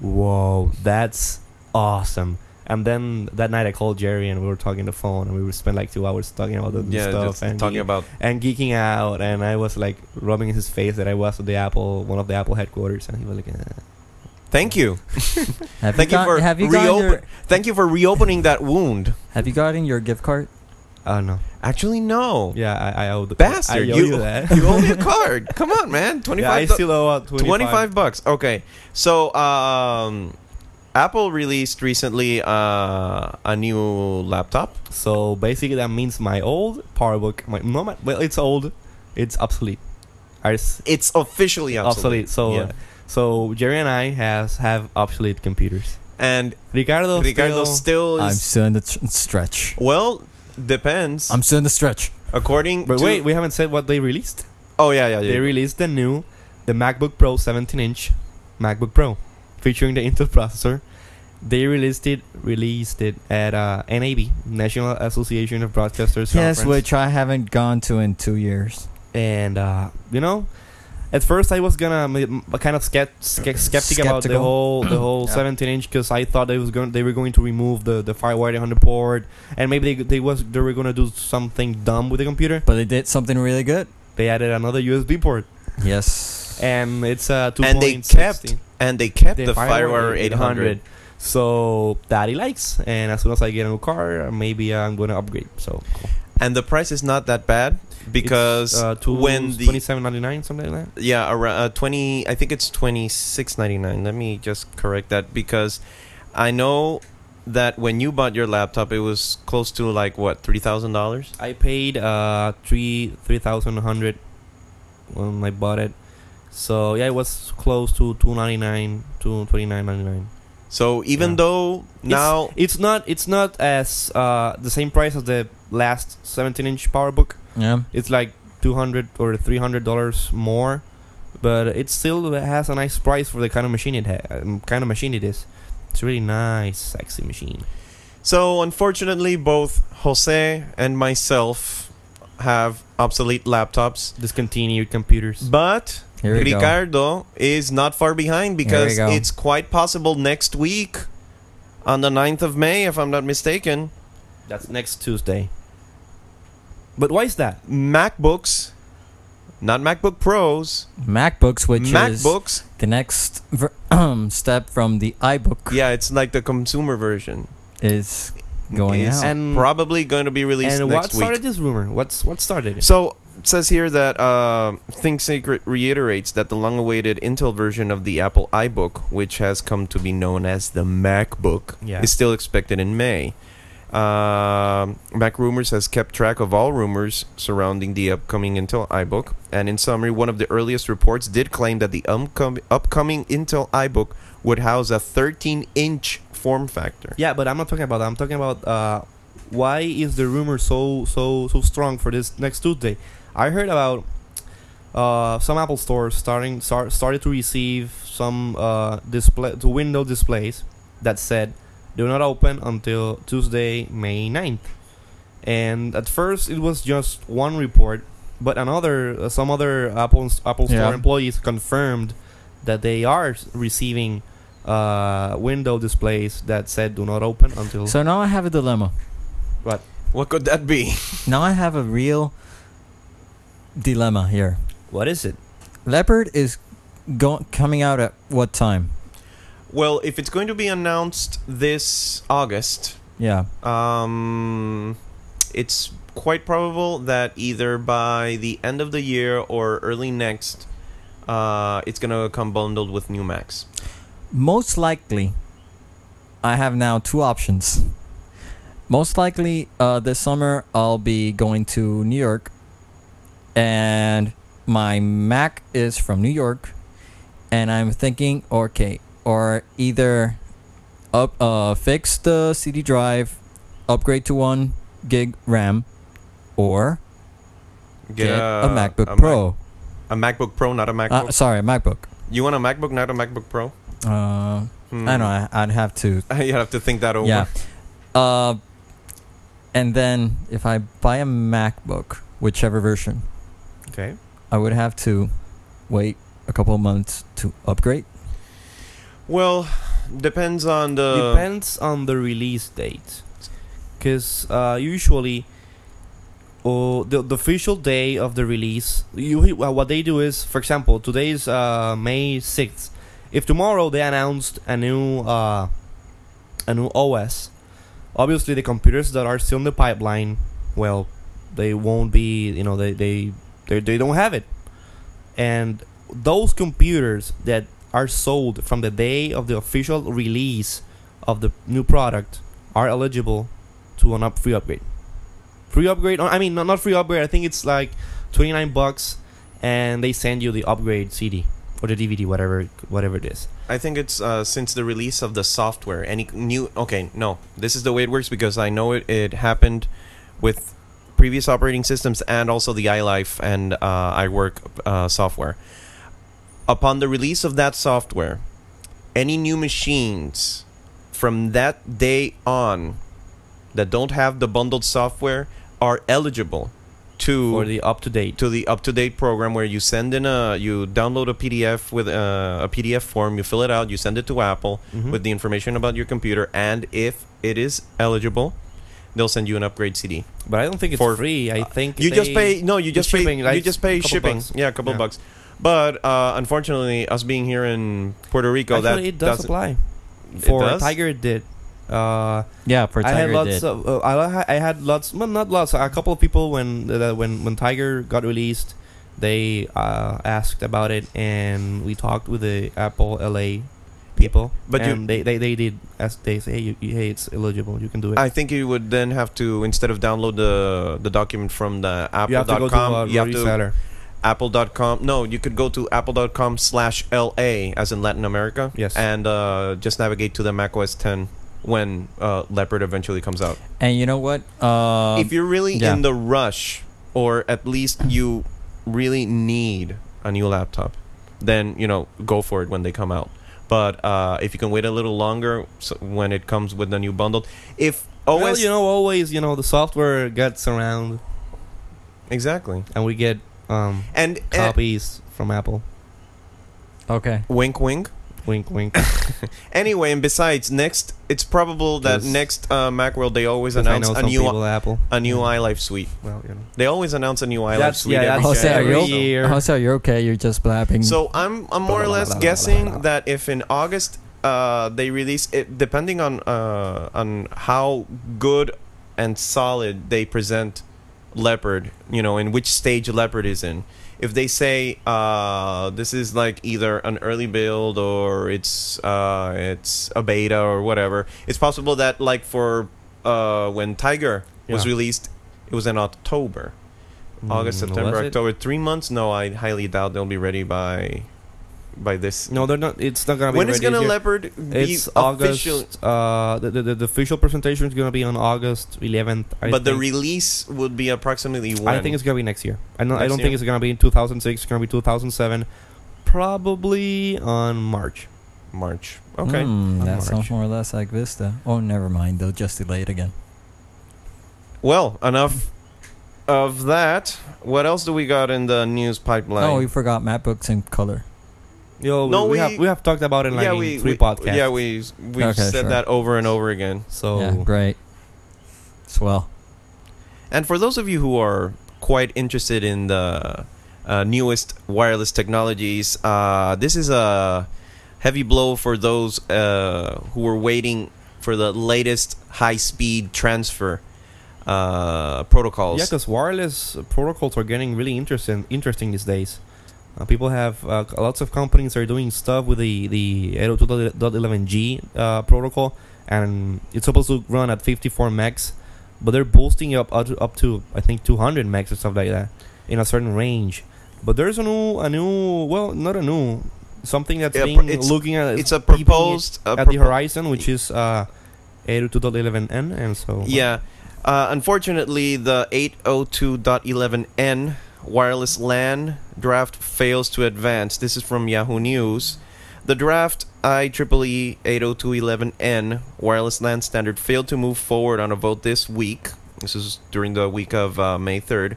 Speaker 2: "Whoa, that's awesome!" And then that night, I called Jerry, and we were talking on the phone, and we spent like two hours talking about the
Speaker 1: Yeah,
Speaker 2: stuff
Speaker 1: just
Speaker 2: and
Speaker 1: talking
Speaker 2: geek-
Speaker 1: about
Speaker 2: and geeking out. And I was like rubbing in his face that I was at the Apple, one of the Apple headquarters, and he was like, eh.
Speaker 1: Thank you.
Speaker 3: have
Speaker 1: Thank
Speaker 3: you,
Speaker 1: you
Speaker 3: got,
Speaker 1: for
Speaker 3: have you gotten
Speaker 1: reopen-
Speaker 3: your
Speaker 1: Thank you for reopening that wound.
Speaker 3: Have you gotten your gift card?
Speaker 2: "Oh no,
Speaker 1: Actually, no.
Speaker 2: yeah, I, I owe the
Speaker 1: Bastard,
Speaker 2: I owe
Speaker 1: you-
Speaker 2: you, that."
Speaker 1: (laughs) You owe me a card. Come on, man. 25
Speaker 2: yeah, I
Speaker 1: do-
Speaker 2: still owe out 25.
Speaker 1: 25 bucks. Okay. So, um Apple released recently uh, a new laptop.
Speaker 2: So basically, that means my old PowerBook, my no, my, well, it's old, it's obsolete. Ours
Speaker 1: It's officially obsolete.
Speaker 2: obsolete. So,
Speaker 1: Yeah.
Speaker 2: uh, so Jerry and I has have obsolete computers.
Speaker 1: and
Speaker 2: Ricardo,
Speaker 1: Ricardo
Speaker 2: still-
Speaker 1: still
Speaker 3: I'm
Speaker 1: is
Speaker 3: still in the tr- stretch.
Speaker 1: well, depends.
Speaker 3: I'm still in the stretch.
Speaker 1: according
Speaker 2: but
Speaker 1: to
Speaker 2: wait, we haven't said what they released.
Speaker 1: Oh yeah, yeah, yeah.
Speaker 2: They released the new, the MacBook Pro 17-inch MacBook Pro, featuring the Intel (laughs) processor. They released it, released it at uh, NAB, National Association of Broadcasters.
Speaker 3: Yes,
Speaker 2: Conference.
Speaker 3: which I haven't gone to in two years.
Speaker 2: and uh, you know, at first I was gonna m- m- kind of skept, skept, skeptic about the
Speaker 3: Skeptical.
Speaker 2: whole
Speaker 1: (clears throat)
Speaker 2: the whole
Speaker 3: Yeah.
Speaker 2: 17 inch because I thought they was going they were going to remove the the FireWire 100 port and maybe they, they was they were gonna do something dumb with the computer.
Speaker 3: But they did something really good.
Speaker 2: They added another USB port
Speaker 3: Yes.
Speaker 2: and it's uh two
Speaker 1: and they kept and they kept the FireWire 800.
Speaker 2: So that he likes, and as soon as I get a new car, maybe I'm gonna upgrade. So cool.
Speaker 1: and the price is not that bad because
Speaker 2: It's, uh, two,
Speaker 1: when the
Speaker 2: 27.99 something like that.
Speaker 1: yeah around uh, 20 i think it's 26.99 let me just correct that because i know that when you bought your laptop it was close to like what $3000
Speaker 2: I paid uh three three thousand hundred when I bought it. So yeah, it was close to two ninety nine, two twenty nine ninety nine.
Speaker 1: so even
Speaker 2: Yeah.
Speaker 1: though now
Speaker 2: It's not it's not as uh the same price as the last 17-inch PowerBook.
Speaker 3: Yeah.
Speaker 2: It's like 200 or 300 dollars more, but it still has a nice price for the kind of machine it ha- um, kind of machine it is. It's a really nice, sexy machine.
Speaker 1: So, unfortunately, both Jose and myself have obsolete laptops.
Speaker 2: Discontinued computers.
Speaker 1: But
Speaker 3: Here we go.
Speaker 1: Ricardo is not far behind because
Speaker 3: go.
Speaker 1: it's quite possible next week, on the 9th of May, if I'm not mistaken,
Speaker 2: That's next Tuesday. But why is that?
Speaker 1: MacBooks, not MacBook Pros,
Speaker 3: MacBooks, which is
Speaker 1: MacBooks.
Speaker 3: the next ver- (clears throat) step from the iBook,
Speaker 1: Yeah, it's like the consumer version.
Speaker 3: is going
Speaker 1: is
Speaker 3: out.
Speaker 2: And
Speaker 1: probably going to be released
Speaker 2: Hmm. and what
Speaker 1: next
Speaker 2: started
Speaker 1: week.
Speaker 2: this rumor? What's what started it?
Speaker 1: So it says here that uh, Think Secret reiterates that the long-awaited Intel version of the Apple iBook, which has come to be known as the MacBook,
Speaker 2: Yeah.
Speaker 1: is still expected in May. Um Mac Rumors has kept track of all rumors surrounding the upcoming Intel iBook, and in summary, one of the earliest reports did claim that the umcom- upcoming Intel iBook would house a 13-inch form factor.
Speaker 2: Yeah, but I'm not talking about that. I'm talking about uh, why is the rumor so so so strong for this next Tuesday? I heard about uh, some Apple stores starting start, started to receive some uh, display to window displays that said do not open until Tuesday, May 9th. And at first it was just one report, but another uh, some other Apple Apple Store
Speaker 3: Yeah.
Speaker 2: employees confirmed that they are s- receiving uh, window displays that said do not open until
Speaker 3: So now I have a dilemma.
Speaker 1: What could that be?
Speaker 3: Now I have a real dilemma here.
Speaker 2: what is it?
Speaker 3: Leopard is go- coming out at what time?
Speaker 1: Well, if it's going to be announced this August,
Speaker 3: Yeah.
Speaker 1: Um, it's quite probable that either by the end of the year or early next, uh, it's gonna come bundled with new Macs.
Speaker 3: most likely i have now two options most likely uh, this summer i'll be going to new york and my mac is from new york and i'm thinking okay or either up uh, fix the cd drive upgrade to one gig ram or get, a macbook
Speaker 1: Mac-
Speaker 3: pro
Speaker 1: a MacBook Pro, not a MacBook.
Speaker 3: uh, sorry macbook
Speaker 1: you want a MacBook, not a MacBook Pro?
Speaker 3: uh,
Speaker 1: Hmm.
Speaker 3: i don't know I- i'd have to
Speaker 1: (laughs) you have to think that over.
Speaker 3: Yeah. Uh, and then if I buy a MacBook, whichever version,
Speaker 2: Okay.
Speaker 3: I would have to wait a couple of months to upgrade.
Speaker 1: Well, depends on the.
Speaker 2: depends on the release date because uh, usually oh, the, the official day of the release you uh, what they do is for example today is uh, may 6th if tomorrow they announced a new uh, a new os obviously the computers that are still in the pipeline well they won't be you know they they they, they don't have it and those computers that are sold from the day of the official release of the new product are eligible to an up free upgrade. Free upgrade, I mean, not, not free upgrade. I think it's like twenty nine bucks, and they send you the upgrade CD or the DVD, whatever, whatever it is.
Speaker 1: I think it's uh, since the release of the software. Any new? Okay, no. This is the way it works because I know it, it happened with previous operating systems and also the iLife and uh, iWork uh, software. Upon the release of that software, any new machines from that day on that don't have the bundled software are eligible to
Speaker 2: Or the up to date.
Speaker 1: to the up-to-date program where you send in a you download a PDF with uh, a PDF form, you fill it out, you send it to Apple
Speaker 2: Mhm.
Speaker 1: with the information about your computer, and if it is eligible, they'll send you an upgrade CD.
Speaker 2: But I don't think it's
Speaker 1: for-
Speaker 2: free. I think
Speaker 1: You just
Speaker 2: they-
Speaker 1: pay no, you
Speaker 2: the
Speaker 1: just pay
Speaker 2: shipping, like,
Speaker 1: you just pay
Speaker 2: couple
Speaker 1: shipping,
Speaker 2: bucks.
Speaker 1: yeah, a couple
Speaker 2: Yeah.
Speaker 1: bucks. But uh, unfortunately, us being here in Puerto Rico, that
Speaker 2: Actually, it does
Speaker 1: doesn't-
Speaker 2: apply.
Speaker 1: it
Speaker 2: For
Speaker 1: does?
Speaker 2: Tiger, it did. Uh,
Speaker 3: Yeah, for
Speaker 2: I had
Speaker 3: Tiger
Speaker 2: lots
Speaker 3: did.
Speaker 2: of uh, I, ha- I had lots well not lots a couple of people when uh, when when Tiger got released they uh, asked about it and we talked with the Apple LA people
Speaker 1: but you-
Speaker 2: and they, they they did as they say hey, you, you- hey it's eligible you can do it
Speaker 1: I think you would then have to instead of download the the document from the
Speaker 2: you have to uh, go to a
Speaker 1: apple.com, you have to uh,
Speaker 2: reseller
Speaker 1: apple.com no you could go to apple.com slash la as in latin america
Speaker 2: Yes.
Speaker 1: and uh, just navigate to the mac os 10 when uh, Leopard eventually comes out.
Speaker 3: And you know what?
Speaker 2: Um,
Speaker 3: Uh,
Speaker 1: if you're really
Speaker 3: yeah.
Speaker 1: in the rush, or at least you really need a new laptop, then you know go for it when they come out. But uh, if you can wait a little longer so when it comes with the new bundle, if OS
Speaker 2: well, you know, always, you know, the software gets around,
Speaker 1: exactly,
Speaker 2: and we get um,
Speaker 1: and uh,
Speaker 2: copies from Apple.
Speaker 3: okay.
Speaker 1: wink wink.
Speaker 2: Wink, wink.
Speaker 1: Anyway, and besides, next it's probable that
Speaker 2: Yes.
Speaker 1: next uh, Macworld they always
Speaker 2: 'Cause I
Speaker 1: announce
Speaker 2: know
Speaker 1: a
Speaker 2: some
Speaker 1: new
Speaker 2: people at Apple.
Speaker 1: a new iLife suite.
Speaker 2: Well, you know.
Speaker 1: They always announce a new iLife
Speaker 2: That's-
Speaker 1: suite.
Speaker 2: yeah,
Speaker 1: every
Speaker 2: that's
Speaker 3: Jose, are
Speaker 1: January,
Speaker 2: every
Speaker 1: so-
Speaker 2: year.
Speaker 3: you Jose, are you okay? Oh, You're just blabbing.
Speaker 1: So I'm I'm more or less guessing that if in August uh, they release it, depending on uh, on how good and solid they present Leopard, you know, in which stage Leopard is in. If they say uh, this is like either an early build or it's uh, it's a beta or whatever, it's possible that like for uh, when Tiger was
Speaker 2: Yeah.
Speaker 1: released, it was in October. August,
Speaker 2: Mm,
Speaker 1: September,
Speaker 2: was it?
Speaker 1: October. Three months? No, I highly doubt they'll be ready by by this.
Speaker 2: No, they're not. It's not gonna be.
Speaker 1: when is
Speaker 2: ready
Speaker 1: gonna
Speaker 2: this year.
Speaker 1: Leopard be
Speaker 2: It's
Speaker 1: official?
Speaker 2: August. Uh, the, the the official presentation is gonna be on August 11th. I
Speaker 1: but the
Speaker 2: think.
Speaker 1: release would be approximately when?
Speaker 2: I think it's gonna be next year. I don't. I
Speaker 1: Next
Speaker 2: don't
Speaker 1: year?
Speaker 2: think it's gonna be in 2006. It's gonna be 2007, probably on March.
Speaker 1: March. Okay.
Speaker 3: Mm, that
Speaker 2: March.
Speaker 3: sounds more or less like Vista. Oh, never mind. They'll just delay it again.
Speaker 1: Well, enough of that. What else do we got in the news pipeline?
Speaker 3: oh, we forgot MacBooks in color.
Speaker 2: Yo,
Speaker 1: No,
Speaker 2: we,
Speaker 1: we-
Speaker 2: have we have talked about it in like
Speaker 1: yeah,
Speaker 2: in
Speaker 1: we,
Speaker 2: three
Speaker 1: we
Speaker 2: podcasts.
Speaker 1: yeah we we
Speaker 3: Okay,
Speaker 1: said
Speaker 3: sure.
Speaker 1: that over and over again.
Speaker 2: So
Speaker 3: Yeah, great. Swell.
Speaker 1: And for those of you who are quite interested in the uh, newest wireless technologies, uh, this is a heavy blow for those uh, who were waiting for the latest high speed transfer uh, protocols.
Speaker 2: Yeah, because wireless uh, protocols are getting really interesting interesting these days. Uh, people have uh, c- lots of companies are doing stuff with the the 802.11g uh, protocol, and it's supposed to run at 54 megs, but they're boosting up up to, up to I think 200 megs or stuff like that in a certain range. But there's a new a new well not a new something that's
Speaker 1: Yeah,
Speaker 2: being
Speaker 1: pr- it's-
Speaker 2: looking at
Speaker 1: it's a
Speaker 2: peeping it
Speaker 1: proposed. a
Speaker 2: at the
Speaker 1: propo-
Speaker 2: horizon, which is uh, 802.11n, and so
Speaker 1: Yeah. Uh, unfortunately, the 802.11n wireless LAN draft fails to advance. This is from Yahoo News. The draft E IEEE 802.11n wireless LAN standard failed to move forward on a vote this week. This is during the week of uh, May 3rd.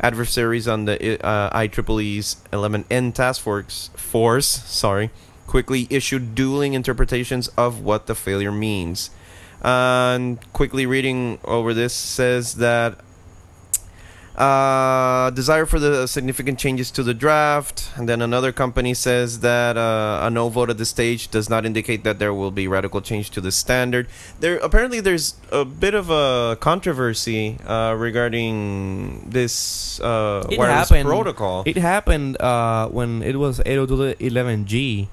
Speaker 1: Adversaries on the uh, IEEE's 11N task force, force sorry, quickly issued dueling interpretations of what the failure means. And quickly reading over this says that uh, desire for the significant changes to the draft, and then another company says that uh, a no vote at this stage does not indicate that there will be radical change to the standard. There apparently there's a bit of a controversy uh, regarding this uh,
Speaker 2: It
Speaker 1: wireless
Speaker 2: happened.
Speaker 1: protocol.
Speaker 2: It happened uh, when it was 802.11g.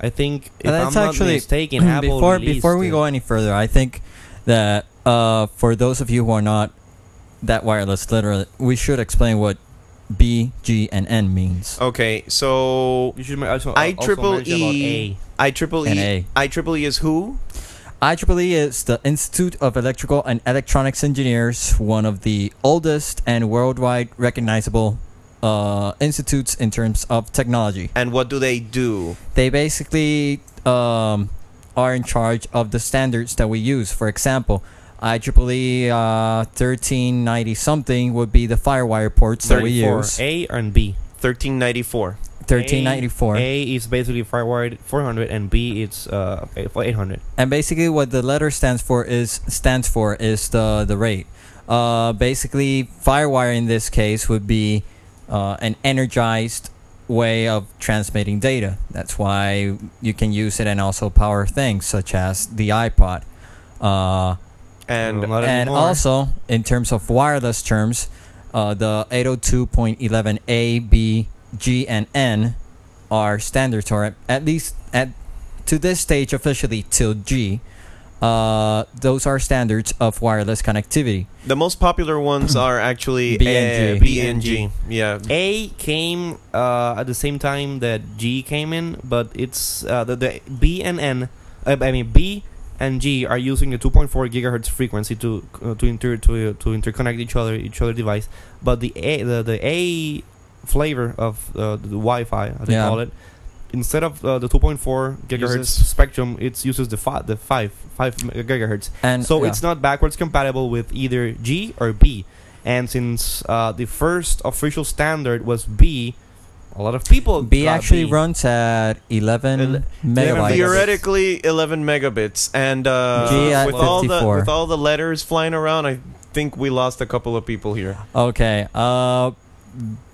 Speaker 2: I think if
Speaker 3: And
Speaker 2: I'm not
Speaker 3: (clears throat)
Speaker 2: mistaken, Apple
Speaker 3: before
Speaker 2: released
Speaker 3: before we
Speaker 2: it.
Speaker 3: go any further, I think that uh, for those of you who are not that wireless literate, we should explain what B, G, and N means.
Speaker 1: okay, so
Speaker 2: you should ma- also,
Speaker 1: I
Speaker 2: also
Speaker 1: triple
Speaker 2: mention about
Speaker 1: E.
Speaker 2: A.
Speaker 1: I triple
Speaker 3: And
Speaker 1: E
Speaker 3: A.
Speaker 1: I triple E is who?
Speaker 3: IEEE is the Institute of Electrical and Electronics Engineers, one of the oldest and worldwide recognizable uh, institutes in terms of technology.
Speaker 1: And what do they do?
Speaker 3: They basically um, are in charge of the standards that we use. For example, IEEE uh, 1390 something would be the firewire ports that we
Speaker 2: 34,
Speaker 3: use.
Speaker 2: A and B.
Speaker 1: 1394.
Speaker 3: 1394.
Speaker 2: A is basically firewire 400, and B it's uh, eight- 800.
Speaker 3: and basically what the letter stands for is stands for is the the rate uh, basically firewire in this case would be uh, an energized way of transmitting data that's why you can use it and also power things such as the ipod uh,
Speaker 1: And
Speaker 2: Well, not
Speaker 3: and
Speaker 2: anymore.
Speaker 3: also in terms of wireless terms uh, the 802.11a b g and n are standards or at- at least at to this stage officially till g uh, those are standards of wireless connectivity
Speaker 1: The most popular
Speaker 3: (clears throat)
Speaker 1: ones are actually uh,
Speaker 3: BNG.
Speaker 1: BNG. Yeah.
Speaker 2: A came uh, at the same time that G came in, but it's uh, the, the B and N. Uh, I mean B and G are using the 2.4 gigahertz frequency to uh, to inter to, to interconnect each other each other device, but the A the, the A flavor of uh, the Wi-Fi as they
Speaker 3: Yeah.
Speaker 2: call it, instead of uh, the 2.4 gigahertz
Speaker 1: Uses-
Speaker 2: spectrum, it uses the fi- the five five gigahertz.
Speaker 3: And
Speaker 2: So
Speaker 3: yeah.
Speaker 2: it's not backwards compatible with either G or B. And since uh, the first official standard was B, a lot of people
Speaker 3: B
Speaker 2: got
Speaker 3: actually
Speaker 2: B.
Speaker 3: runs at 11 megabytes.
Speaker 1: Theoretically, 11 megabits, and uh,
Speaker 3: G at
Speaker 1: with all the
Speaker 3: 54.
Speaker 1: with all the letters flying around, I think we lost a couple of people here.
Speaker 3: Okay. Uh,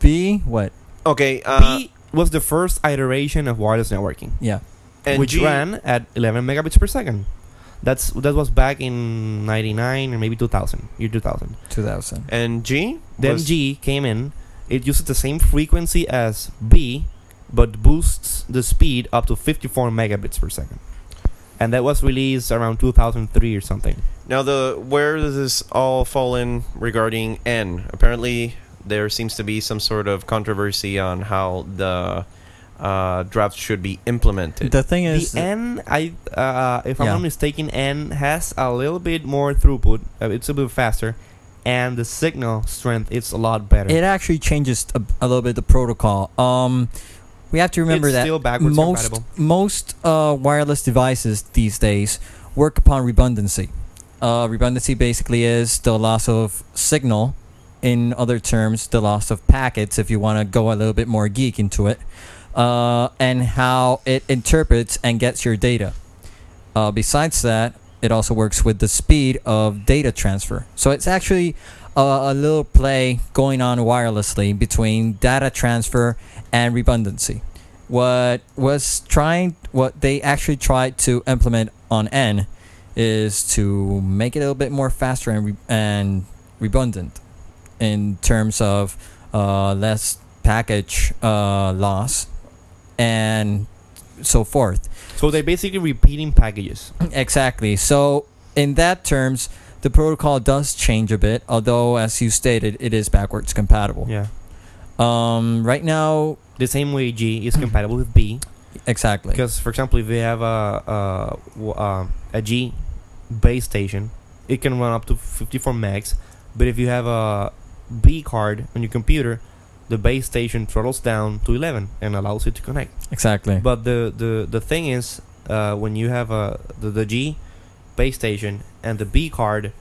Speaker 3: B what?
Speaker 1: Okay, uh,
Speaker 2: B was the first iteration of wireless networking,
Speaker 3: Yeah.
Speaker 1: and
Speaker 2: which
Speaker 1: G,
Speaker 2: ran at 11 megabits per second. That's that was back in 99 or maybe 2000, year 2000.
Speaker 3: 2000.
Speaker 1: and G.
Speaker 2: Then
Speaker 1: was-
Speaker 2: G came in. It uses the same frequency as B, but boosts the speed up to 54 megabits per second. And that was released around 2003 or something.
Speaker 1: Now, the where does this all fall in regarding N? Apparently, there seems to be some sort of controversy on how the uh, draft should be implemented.
Speaker 3: The thing is,
Speaker 2: The N, I, uh, if I'm
Speaker 3: Yeah.
Speaker 2: not mistaken, N has a little bit more throughput. Uh, it's a bit faster, and the signal strength is a lot better.
Speaker 3: it actually changes a, a little bit the protocol. Um, we have to remember
Speaker 2: it's
Speaker 3: that
Speaker 2: still backwards
Speaker 3: most
Speaker 2: compatible.
Speaker 3: most uh, wireless devices these days work upon redundancy. Uh, redundancy basically is the loss of signal. In other terms, the loss of packets. If you want to go a little bit more geek into it, uh, and how it interprets and gets your data. Uh, besides that, it also works with the speed of data transfer. So it's actually a, a little play going on wirelessly between data transfer and redundancy. What was trying, what they actually tried to implement on N, is to make it a little bit more faster and re- and redundant in terms of uh, less package uh, loss and so forth.
Speaker 2: So they're basically repeating packages.
Speaker 3: Exactly. So in that terms, the protocol does change a bit, although as you stated, it is backwards compatible.
Speaker 2: Yeah.
Speaker 3: Um, right now,
Speaker 2: The same way G
Speaker 3: Mm-hmm.
Speaker 2: is compatible with B,
Speaker 3: exactly.
Speaker 2: because for example, if they have a a, w- uh, a G base station, it can run up to 54 megs. But if you have a B card on your computer, the base station throttles down to 11 and allows you to connect.
Speaker 3: Exactly.
Speaker 2: But the the, the thing is, uh, when you have a the, the G base station and the B card,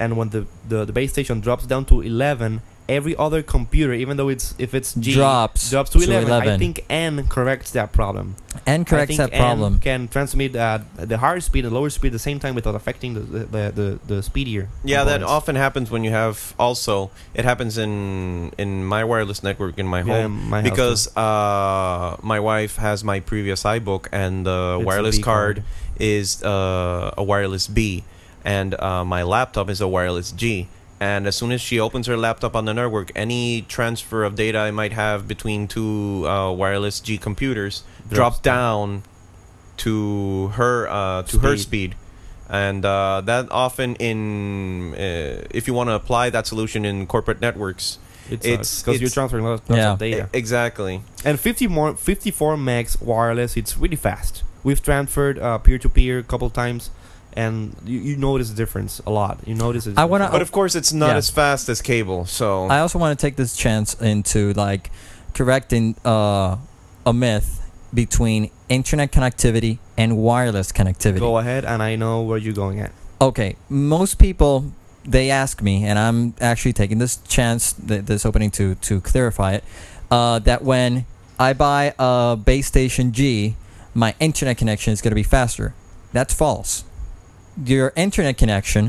Speaker 2: and when the, the, the base station drops down to eleven, every other computer, even though it's if it's G
Speaker 3: drops
Speaker 2: drops to, 11. I think N corrects that problem.
Speaker 3: and corrects
Speaker 2: I
Speaker 3: that
Speaker 2: think
Speaker 3: problem.
Speaker 2: N can transmit uh, the higher speed and lower speed at the same time without affecting the the, the, the, the speedier.
Speaker 1: Yeah, that
Speaker 2: components.
Speaker 1: often happens when you have. Also, it happens in in my wireless network in my
Speaker 2: Yeah,
Speaker 1: home
Speaker 2: my house too.
Speaker 1: because uh, my wife has my previous iBook and the
Speaker 2: It's a
Speaker 1: wireless
Speaker 2: B
Speaker 1: card,
Speaker 2: card.
Speaker 1: is uh, a wireless B, and uh, my laptop is a wireless G. And as soon as she opens her laptop on the network, any transfer of data I might have between two uh, wireless G computers drops,
Speaker 2: Drops
Speaker 1: down to her uh, to her
Speaker 2: Speed.
Speaker 1: speed. And uh, that often in uh, if you want to apply that solution in corporate networks, it's-
Speaker 2: it's because you're
Speaker 1: it's-
Speaker 2: transferring lots, lots
Speaker 3: Yeah.
Speaker 2: of data.
Speaker 1: E- exactly.
Speaker 2: And 50 more, 54 megs wireless, it's really fast. We've transferred uh, peer-to-peer a couple times, and you, you notice the difference a lot. You notice it.
Speaker 3: I wanna-
Speaker 1: But of course, it's not
Speaker 3: Yeah.
Speaker 1: as fast as cable. So
Speaker 3: I also want to take this chance into like correcting uh, a myth between internet connectivity and wireless connectivity.
Speaker 2: go ahead, and I know where you're going at.
Speaker 3: okay most people they ask me and i'm actually taking this chance th- this opening to to clarify it uh, that when i buy a base station g my internet connection is going to be faster that's false your internet connection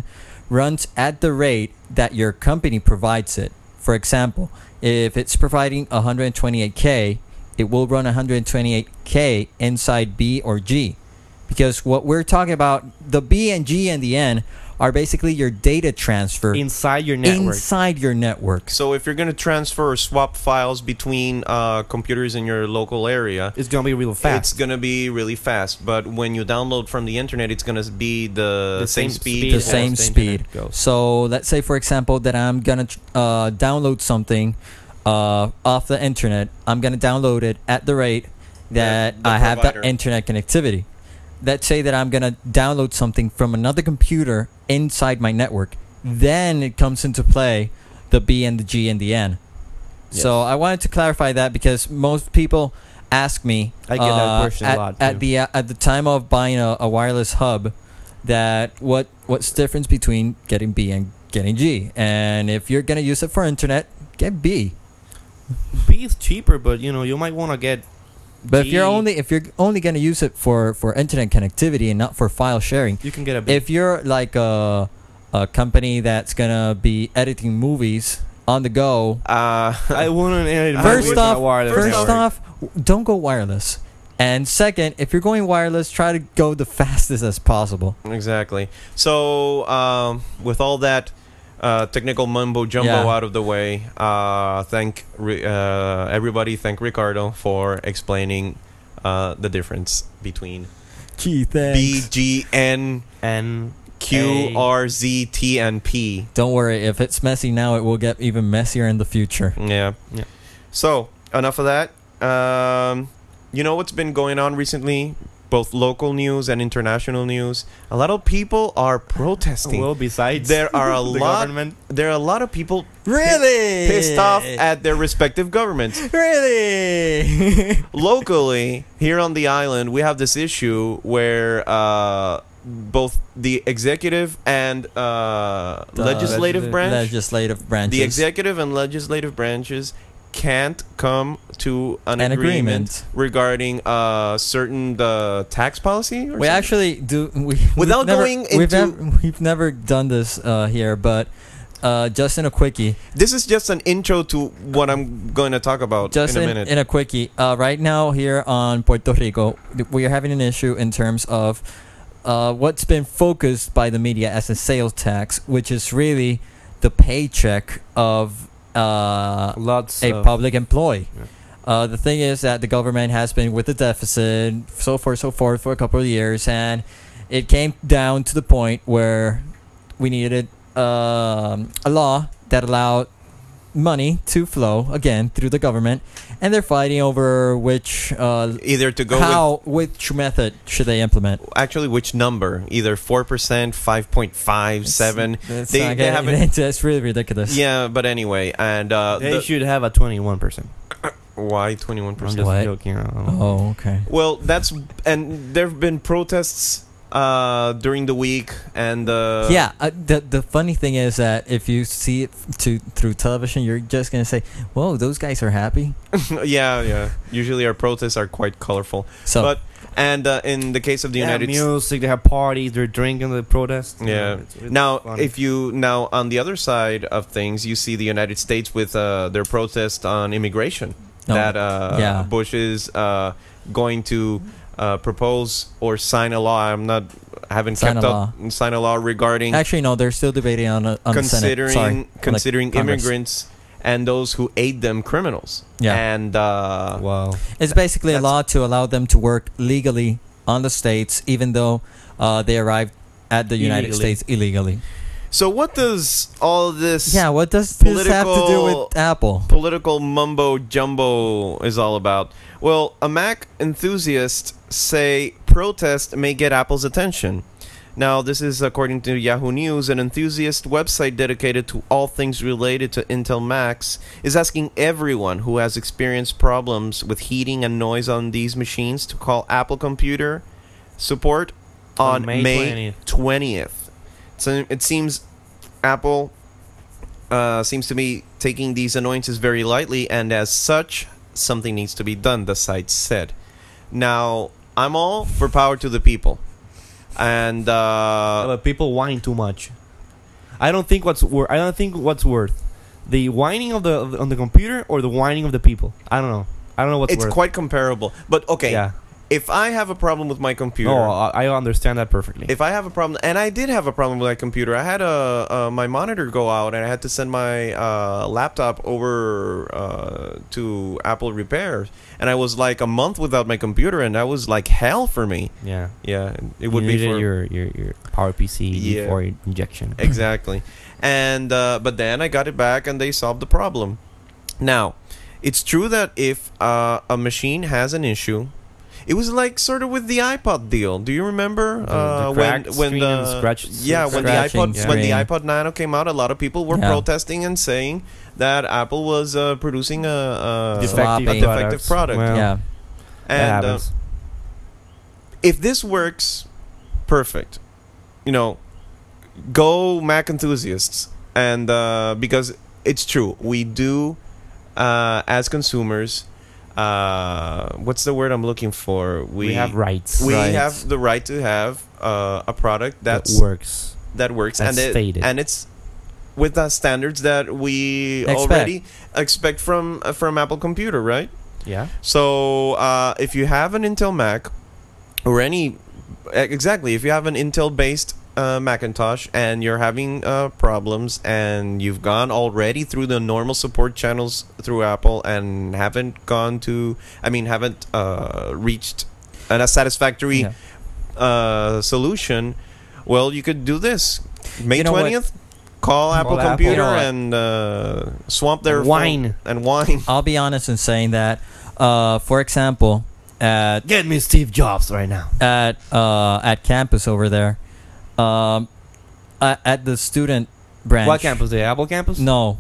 Speaker 3: runs at the rate that your company provides it for example if it's providing 128k it will run 128k inside b or g because what we're talking about the b and g and the n are basically your data transfer
Speaker 2: Inside your network.
Speaker 3: inside your network
Speaker 1: So if you're going to transfer or swap files between uh, computers in your local area,
Speaker 2: it's gonna be real
Speaker 1: it's
Speaker 2: fast.
Speaker 1: going to be really fast. But when you download from the internet, it's going to be the, same, speed.
Speaker 3: The
Speaker 2: as
Speaker 3: same
Speaker 2: internet
Speaker 3: speed.
Speaker 2: goes.
Speaker 3: so let's say for example that i'm gonna tr- uh, download something uh, off the internet i'm gonna download it at the rate that
Speaker 1: The- the
Speaker 3: i have that
Speaker 1: provider.
Speaker 3: internet connectivity that say that I'm going to download something from another computer inside my network, then it comes into play the B and the G and the N. So I wanted to clarify that because most people ask me
Speaker 2: I get that
Speaker 3: uh,
Speaker 2: question a
Speaker 3: at,
Speaker 2: lot,
Speaker 3: at
Speaker 2: too.
Speaker 3: the uh, at the time of buying a, a wireless hub that what what's the difference between getting B and getting G and if you're going to use it for internet get B
Speaker 2: B is cheaper, but you know you might want to get.
Speaker 3: but if you're
Speaker 2: G.
Speaker 3: only if you're only going to use it for for internet connectivity and not for file sharing
Speaker 2: You can get a B.
Speaker 3: if you're like a, a company that's gonna be editing movies on the go
Speaker 1: (laughs) Uh,
Speaker 2: I wouldn't. edit my
Speaker 3: first
Speaker 2: video on a
Speaker 3: off
Speaker 2: wireless
Speaker 3: first
Speaker 2: network.
Speaker 3: off don't go wireless and second if you're going wireless try to go the (laughs) fastest as possible
Speaker 1: exactly. So, um, with all that uh, technical mumbo jumbo
Speaker 3: Yeah.
Speaker 1: out of the way, uh, thank Ri- uh, everybody. Thank Ricardo for explaining uh, the difference between
Speaker 3: gee thanks
Speaker 1: B, G, N,
Speaker 2: and
Speaker 1: Q,
Speaker 2: A.
Speaker 1: R, Z, T, and P.
Speaker 3: don't worry if it's messy now it will get even messier in the future
Speaker 1: Yeah.
Speaker 2: Yeah.
Speaker 1: So enough of that. Um, you know what's been going on recently, both local news and international news. A lot of people are protesting.
Speaker 2: well, besides (laughs)
Speaker 1: there are a
Speaker 2: the
Speaker 1: lot.
Speaker 2: government.
Speaker 1: There are a lot of people
Speaker 3: really
Speaker 1: pissed off at their respective
Speaker 2: (laughs)
Speaker 1: governments.
Speaker 3: (laughs) really
Speaker 1: Locally, here on the island, we have this issue where. Uh, both the executive and uh, legislative
Speaker 2: legis-
Speaker 1: branch,
Speaker 3: legislative branches
Speaker 1: the executive and legislative branches can't come to an,
Speaker 3: An
Speaker 1: agreement,
Speaker 3: agreement.
Speaker 1: regarding uh, certain uh, tax policy. Or something?
Speaker 3: we actually do we
Speaker 1: Without
Speaker 3: we've never,
Speaker 1: going
Speaker 3: we've
Speaker 1: into-
Speaker 3: never, we've never done this uh, here but uh, just in a quickie
Speaker 1: this is just an intro to what I'm going to talk about
Speaker 3: just
Speaker 1: in a
Speaker 3: in,
Speaker 1: minute.
Speaker 3: in a quickie uh, right now here on Puerto Rico we are having an issue in terms of uh, what's been focused by the media as a sales tax which is really the paycheck of uh,
Speaker 2: Lots.
Speaker 3: a
Speaker 2: of,
Speaker 3: public employee.
Speaker 2: Yeah.
Speaker 3: Uh, the thing is that the government has been with the deficit, so forth, so forth, for a couple of years, and it came down to the point where we needed um, a law that allowed money to flow again through the government, and they're fighting over which uh,
Speaker 1: Either to go
Speaker 3: how which method should they implement.
Speaker 1: with actually which number? Either four percent, five point five, seven.
Speaker 3: It's
Speaker 1: They-
Speaker 3: not
Speaker 1: they
Speaker 3: gonna-
Speaker 1: haven't-
Speaker 3: it's, (laughs) it's really ridiculous.
Speaker 1: Yeah, but anyway, and uh,
Speaker 2: They
Speaker 1: the-
Speaker 2: should have a twenty-one percent.
Speaker 1: why twenty one
Speaker 2: I'm
Speaker 1: percent?
Speaker 2: just
Speaker 3: What?
Speaker 2: joking. I don't know.
Speaker 3: Oh, okay.
Speaker 1: Well, that's and there have been protests uh, during the week, and uh,
Speaker 3: yeah, uh, the the funny thing is that if you see it to through television, you're just gonna say, "Whoa, those guys are happy."
Speaker 1: yeah, yeah. Usually our protests are quite colorful.
Speaker 3: So
Speaker 1: But and uh, in the case of the
Speaker 2: They have
Speaker 1: United States,
Speaker 2: music. They have parties. They're drinking. They protest. you know,
Speaker 1: Yeah.
Speaker 2: it's- it's
Speaker 1: now
Speaker 2: fun.
Speaker 1: if you now on the other side of things, you see the United States with uh, their protest on immigration
Speaker 3: No.
Speaker 1: that uh,
Speaker 3: Oh, Yeah.
Speaker 1: Bush is uh, going to uh, propose or sign a law. I'm not haven't
Speaker 3: Sign
Speaker 1: kept
Speaker 3: a
Speaker 1: up sign a law regarding
Speaker 3: actually, no, they're still debating on, uh, on the Senate.
Speaker 1: considering
Speaker 3: Sorry, on the
Speaker 1: considering
Speaker 3: Congress.
Speaker 1: immigrants and those who aid them criminals.
Speaker 3: Yeah.
Speaker 1: and uh,
Speaker 2: wow.
Speaker 3: It's basically a
Speaker 1: That's-
Speaker 3: law to allow them to work legally on the states, even though uh, they arrived at the United
Speaker 2: Illegally.
Speaker 3: States illegally.
Speaker 1: so what does all this?
Speaker 3: Yeah, what does this have to do
Speaker 1: Political-
Speaker 3: with Apple?
Speaker 1: political mumbo jumbo is all about. Well, a Mac enthusiast say protest may get Apple's attention. Now, this is according to Yahoo News, an enthusiast website dedicated to all things related to Intel Macs is asking everyone who has experienced problems with heating and noise on these machines to call Apple Computer support on,
Speaker 2: On
Speaker 1: May,
Speaker 2: May
Speaker 1: 20th. So it seems Apple uh, seems to be taking these annoyances very lightly, and as such, something needs to be done, the site said. Now, I'm all for power to the people. And uh,
Speaker 2: but people whine too much. I don't think what's worth. I don't think what's worth the whining of the of the- on the computer or the whining of the people. I don't know. I don't know what's
Speaker 1: it's
Speaker 2: worth.
Speaker 1: quite comparable. But okay,
Speaker 2: Yeah. Oh.
Speaker 1: if I have a problem with my computer,
Speaker 2: No, I, I understand that perfectly.
Speaker 1: if I have a problem, and I did have a problem with my computer, I had a, uh, my monitor go out, and I had to send my uh, laptop over uh, to Apple repairs, and I was like a month without my computer, and that was like hell for me.
Speaker 2: yeah.
Speaker 1: Yeah, it would
Speaker 2: You
Speaker 1: be
Speaker 2: needed
Speaker 1: for
Speaker 2: your your your power PC
Speaker 1: Yeah.
Speaker 2: before injection.
Speaker 1: (laughs) exactly, and uh, but then I got it back, and they solved the problem. Now, it's true that if uh, a machine has an issue, It was like sort of with the iPod deal. Do you remember
Speaker 2: The- the
Speaker 1: uh, when
Speaker 2: cracked
Speaker 1: when
Speaker 2: screen and
Speaker 1: the
Speaker 2: scratched-
Speaker 1: yeah when the
Speaker 3: scratching
Speaker 1: iPod when the
Speaker 3: screen.
Speaker 1: iPod Nano came out, a lot of people were
Speaker 3: Yeah.
Speaker 1: protesting and saying that Apple was uh, producing a, a
Speaker 3: Defective
Speaker 1: a defective product.
Speaker 2: products. Well,
Speaker 3: yeah.
Speaker 2: that
Speaker 1: And uh,
Speaker 2: happens.
Speaker 1: if this works, perfect. You know, go Mac enthusiasts, and uh, because it's true, we do uh, as consumers. Uh, what's the word I'm looking for?
Speaker 2: we, have rights.
Speaker 1: we
Speaker 3: Right.
Speaker 1: have the right to have uh, a product
Speaker 2: that
Speaker 1: that's
Speaker 2: works.
Speaker 1: that works
Speaker 2: that's
Speaker 1: and it,
Speaker 2: stated.
Speaker 1: and it's with the standards that we
Speaker 3: Expect.
Speaker 1: already expect from uh, from Apple computer, right?
Speaker 2: Yeah.
Speaker 1: So uh, if you have an Intel Mac or any e, exactly if you have an Intel based uh, Macintosh and you're having uh, problems and you've gone already through the normal support channels through Apple and haven't gone to I mean haven't uh, reached an, a satisfactory
Speaker 3: Yeah.
Speaker 1: uh, solution, well, you could do this. May
Speaker 3: You know what?
Speaker 1: twentieth, call Apple
Speaker 2: Apple.
Speaker 1: Computer
Speaker 3: You know what?
Speaker 1: and uh, swamp their
Speaker 2: And wine.
Speaker 1: phone- and wine. (laughs)
Speaker 3: I'll be honest in saying that. Uh, for example, at
Speaker 2: Get me Steve Jobs right now.
Speaker 3: at uh, at campus over there, um, at, at the student branch.
Speaker 2: What campus? The Apple campus?
Speaker 3: No,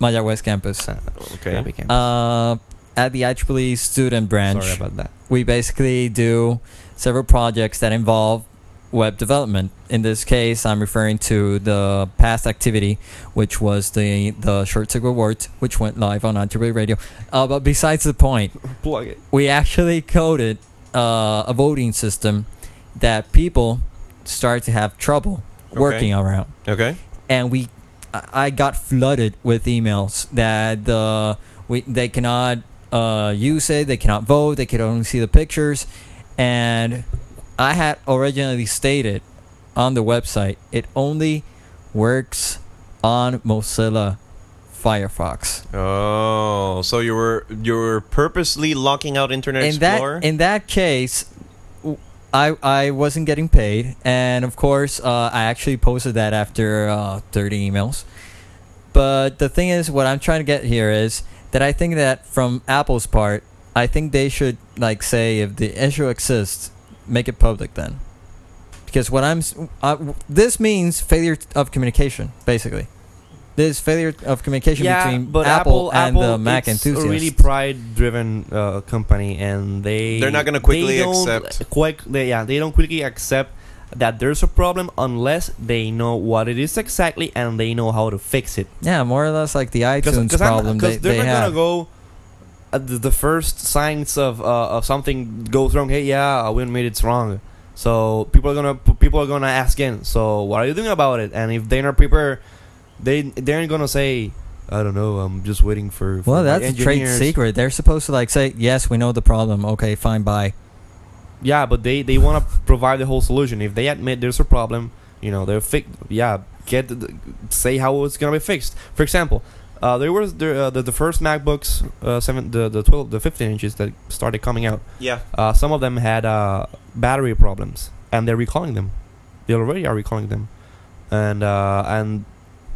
Speaker 3: Mayagüez campus.
Speaker 2: Uh,
Speaker 1: Okay.
Speaker 2: Apple campus.
Speaker 3: Uh, at the IEEE student branch,
Speaker 2: Sorry about that.
Speaker 3: we basically do several projects that involve web development. In this case, I'm referring to the past activity, which was the the short signal awards, which went live on IEEE radio. Uh, but besides the point,
Speaker 2: Plug it.
Speaker 3: we actually coded uh, a voting system that people start to have trouble
Speaker 1: Okay.
Speaker 3: working around
Speaker 1: Okay.
Speaker 3: and we I- i got flooded with emails that the we they cannot uh, use it they cannot vote they can only see the pictures and i had originally stated on the website it only works on mozilla firefox
Speaker 1: Oh, so you were you were purposely locking out Internet
Speaker 3: in
Speaker 1: Explorer?
Speaker 3: that in that case w- I, I wasn't getting paid and of course uh, I actually posted that after uh, 30 emails but the thing is what I'm trying to get here is that I think that from Apple's part I think they should like say if the issue exists make it public then because what I'm s- uh, w- this means failure of communication basically there's failure of communication between Apple, and the Mac
Speaker 2: it's
Speaker 3: enthusiasts
Speaker 2: a really pride-driven uh, company, and they
Speaker 1: They're not gonna quickly
Speaker 2: they don't
Speaker 1: accept.
Speaker 2: Quick, they, yeah, they don't quickly accept that there's a problem unless they know what it is exactly and they know how to fix it.
Speaker 3: Yeah, more or less like the iTunes
Speaker 2: I'm-
Speaker 3: problem. they,
Speaker 2: they're
Speaker 3: they
Speaker 2: not
Speaker 3: have.
Speaker 2: gonna go. At the, the first signs of uh, of something goes wrong, hey, yeah, uh, we admit it's wrong. So people are gonna people are gonna ask in. So what are you doing about it? And if they're not prepared, they they're gonna say, I don't know. I'm just waiting for. for
Speaker 3: well,
Speaker 2: my
Speaker 3: that's a trade
Speaker 2: engineers."
Speaker 3: secret. They're supposed to like say, "Yes, we know the problem. Okay, fine, bye."
Speaker 2: Yeah, but they they want to provide the whole solution. If they admit there's a problem, you know, they're fix. Yeah, get the- the, say how it's gonna be fixed. For example, uh, there was the, uh, the the first MacBooks, uh, seven the the twelve the fifteen inches that started coming out.
Speaker 1: yeah.
Speaker 2: Uh, some of them had uh, battery problems, and they're recalling them. They already are recalling them, and uh, and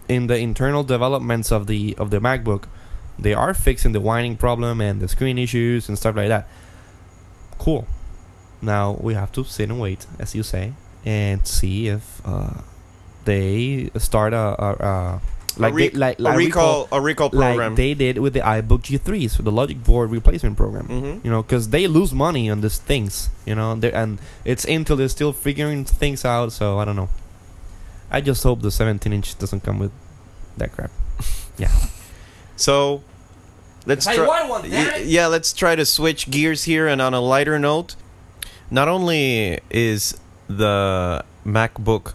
Speaker 2: in the internal developments of the of the MacBook, they are fixing the winding problem and the screen issues and stuff like that. Cool. Now we have to sit and wait, as you say, and see if uh, they start a, a, a like
Speaker 1: rec-
Speaker 2: they, like,
Speaker 1: a
Speaker 2: like
Speaker 1: recall, a recall program.
Speaker 2: like they did with the iBook G3s, so the Logic Board replacement program
Speaker 1: hmm
Speaker 2: you know, because they lose money on these things, you know, they're- and it's Intel is still figuring things out. So I don't know. I just hope the 17 inch doesn't come with that crap.
Speaker 1: So let's try. Y- yeah, let's try to switch gears here, and on a lighter note, not only is the MacBook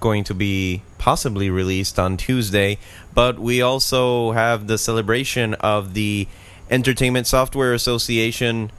Speaker 1: going to be possibly released on Tuesday, but we also have the celebration of the Entertainment Software Association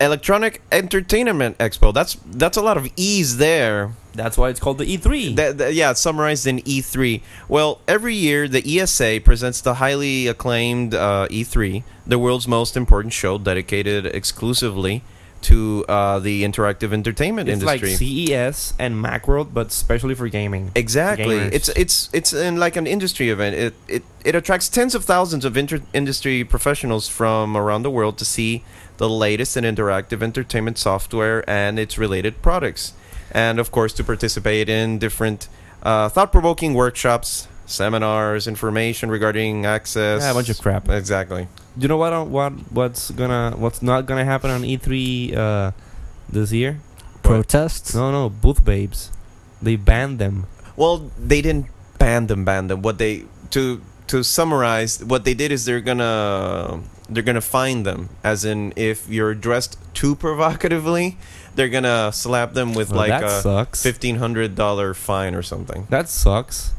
Speaker 1: Electronic Entertainment Expo. That's that's a lot of E's there.
Speaker 2: That's why it's called the E E3.
Speaker 1: That, that- yeah, it's summarized in E3. Well, every year the ESA presents the E highly acclaimed uh, E3, the world's most important show dedicated exclusively to uh, the interactive entertainment
Speaker 2: It's like
Speaker 1: industry.
Speaker 2: CES and Macworld, but especially for gaming.
Speaker 1: Exactly.
Speaker 2: Gamers.
Speaker 1: It's it's it's in like an industry event. It it, it attracts tens of thousands of inter- industry professionals from around the world to see the latest in interactive entertainment software and its related products, and of course to participate in different uh, thought-provoking workshops, seminars, information regarding access.
Speaker 2: Yeah, a bunch of crap.
Speaker 1: Exactly.
Speaker 2: You know what? uh, What what's gonna what's not gonna happen on E3 uh, this year?
Speaker 3: Protests? (laughs)
Speaker 2: No, no, booth babes. They banned them.
Speaker 1: Well, they didn't ban them, ban them. What they to to summarize, what they did is they're gonna they're gonna fine them. As in, if you're dressed too provocatively, they're gonna slap them with
Speaker 2: Well,
Speaker 1: like uh,
Speaker 2: that
Speaker 1: a
Speaker 2: sucks.
Speaker 1: fifteen hundred dollar fine or something.
Speaker 2: That sucks.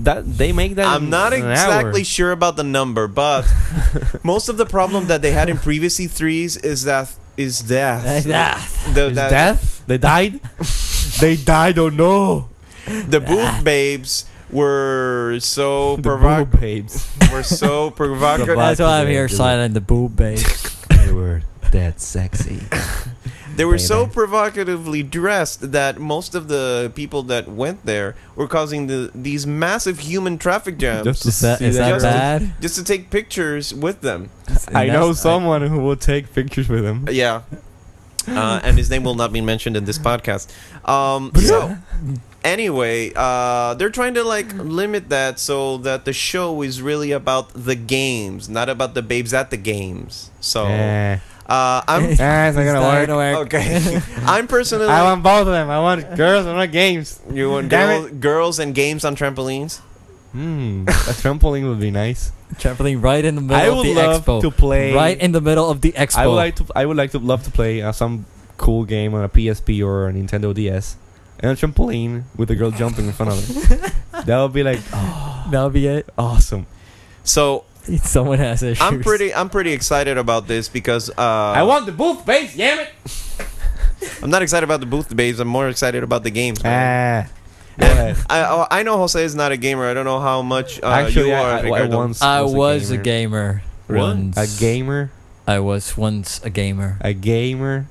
Speaker 2: That they make that.
Speaker 1: I'm
Speaker 2: in
Speaker 1: not
Speaker 2: an hour.
Speaker 1: exactly sure about the number,
Speaker 2: (laughs)
Speaker 1: but most of the problem that they had in previous E3s is that is
Speaker 3: Ah,
Speaker 1: death. The,
Speaker 2: Is
Speaker 1: that-
Speaker 2: death? They (laughs) died. they died. Oh no!
Speaker 1: the booth babes were so
Speaker 2: (laughs) The
Speaker 1: provoc-
Speaker 2: boob babes.
Speaker 1: were
Speaker 2: (laughs)
Speaker 1: so provocative.
Speaker 3: That's why I'm
Speaker 2: Provocative,
Speaker 3: here
Speaker 2: dude.
Speaker 3: silent the boob babe. (laughs)
Speaker 2: they were that sexy.
Speaker 1: They were so
Speaker 2: Baby.
Speaker 1: provocatively dressed that most of the people that went there were causing the, these massive human traffic jams just,
Speaker 2: (laughs) Just-
Speaker 3: Is that,
Speaker 2: See
Speaker 3: is
Speaker 2: that
Speaker 3: that
Speaker 1: just-
Speaker 3: bad?
Speaker 1: to take pictures with them.
Speaker 2: (laughs) I
Speaker 3: That's-
Speaker 2: know someone who will take pictures with him.
Speaker 1: Yeah. Uh, and his name will not be mentioned in this podcast. Um, so, anyway, uh, they're trying to like limit that so that the show is really about the games, not about the babes at the games. So, uh,
Speaker 2: Eh.
Speaker 1: I'm
Speaker 2: (laughs) Eh, it's not
Speaker 3: It's
Speaker 2: gonna
Speaker 3: not
Speaker 2: work.
Speaker 3: gonna work.
Speaker 1: okay. (laughs) I'm personally.
Speaker 2: I want both of them. I want girls. I want games.
Speaker 1: you want
Speaker 2: Damn
Speaker 1: girl, girls and games on trampolines?
Speaker 2: Hmm. A trampoline would be nice.
Speaker 3: Traveling right in the middle
Speaker 2: I
Speaker 3: of
Speaker 2: would
Speaker 3: the
Speaker 2: love
Speaker 3: expo.
Speaker 2: to play.
Speaker 3: Right in the middle of the expo.
Speaker 2: I would
Speaker 3: (laughs)
Speaker 2: like to. I would like to love to play uh, some cool game on a PSP or a Nintendo DS, and a trampoline with a girl jumping in front of
Speaker 3: (laughs)
Speaker 2: it. that would be like
Speaker 3: Oh. That'll be it.
Speaker 2: awesome.
Speaker 1: So
Speaker 3: Someone has issues.
Speaker 1: I'm pretty I'm pretty excited about this because uh, I
Speaker 2: the booth base. Damn it!
Speaker 1: am not excited about the booth babes. I'm more excited about the games. man.
Speaker 2: Ah.
Speaker 1: And I, oh, I I know Jose is not a gamer. I don't know how much uh,
Speaker 2: Actually,
Speaker 1: you are.
Speaker 2: I, I, I
Speaker 1: Ricardo.
Speaker 2: once
Speaker 3: I was a gamer.
Speaker 2: Really?
Speaker 3: Once.
Speaker 2: A gamer.
Speaker 3: I was once a gamer.
Speaker 2: A gamer.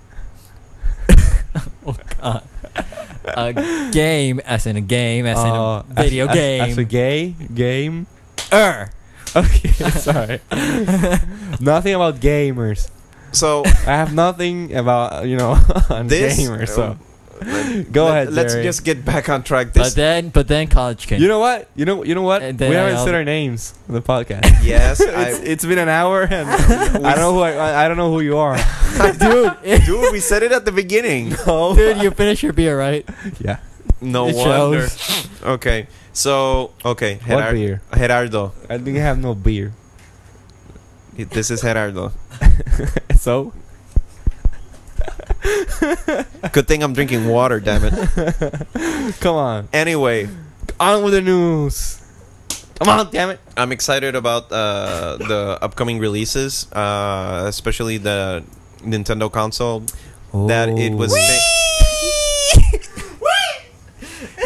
Speaker 3: A game, as in a game, as
Speaker 2: Uh,
Speaker 3: in a video
Speaker 2: as,
Speaker 3: game.
Speaker 2: As, as a gay game.
Speaker 3: Er.
Speaker 2: Okay, (laughs) sorry.
Speaker 3: (laughs)
Speaker 2: nothing about gamers. (laughs)
Speaker 1: So
Speaker 2: I have nothing about you know (laughs) on
Speaker 1: This- Oh, um,
Speaker 2: gamers. So (laughs) go
Speaker 1: let-
Speaker 2: ahead.
Speaker 1: Let's
Speaker 2: Jerry.
Speaker 1: just get back on track.
Speaker 2: (laughs)
Speaker 3: But
Speaker 1: This
Speaker 3: then, but then college came.
Speaker 2: You know what? You know. You know what?
Speaker 3: And
Speaker 2: We
Speaker 3: then I
Speaker 2: haven't said our
Speaker 3: also-
Speaker 2: names on the podcast.
Speaker 1: yes,
Speaker 2: it's,
Speaker 1: I,
Speaker 2: it's been an
Speaker 1: (laughs)
Speaker 2: hour, and I don't know who I, I don't know who you are.
Speaker 3: (laughs) dude,
Speaker 1: dude, we said it at the
Speaker 2: (laughs)
Speaker 1: beginning.
Speaker 3: dude, you finish your beer, right?
Speaker 2: Yeah.
Speaker 1: No
Speaker 3: It
Speaker 1: wonder. Okay, so okay,
Speaker 2: What
Speaker 1: Gerard,
Speaker 2: beer?
Speaker 1: Gerardo.
Speaker 2: I think I have no beer.
Speaker 1: This is Gerardo.
Speaker 2: So
Speaker 1: Good thing I'm drinking water. Damn it.
Speaker 2: come on,
Speaker 1: Anyway,
Speaker 2: on with the news. Come on, damn it.
Speaker 1: I'm excited about uh, the upcoming releases, uh, especially the Nintendo console. That it was.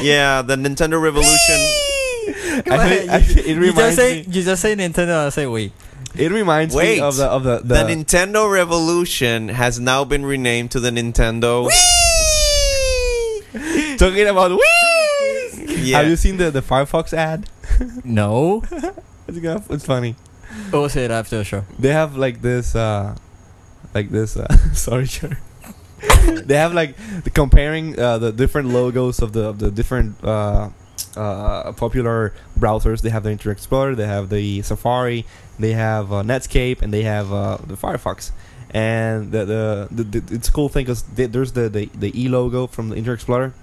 Speaker 1: yeah, the Nintendo Revolution.
Speaker 2: I think, I think it
Speaker 3: you just
Speaker 2: reminds
Speaker 3: say
Speaker 2: me.
Speaker 3: you just say Nintendo. I say we.
Speaker 2: It reminds
Speaker 1: Wait.
Speaker 2: me of the of the,
Speaker 1: The
Speaker 2: the
Speaker 1: Nintendo Revolution has now been renamed to the Nintendo.
Speaker 2: talking about. Have
Speaker 1: Yeah.
Speaker 2: you seen the the Firefox ad? (laughs)
Speaker 3: No,
Speaker 2: It's gonna- it's funny.
Speaker 3: we'll say it after the
Speaker 2: (laughs)
Speaker 3: show.
Speaker 2: they have like this uh like this uh, (laughs) sorry sure they have like the comparing uh, the different logos of the of the different uh, uh, popular browsers they have the internet explorer they have the safari they have uh, netscape and they have uh, the firefox and the, the, the, the it's a cool thing because there's the, the the e logo from the internet explorer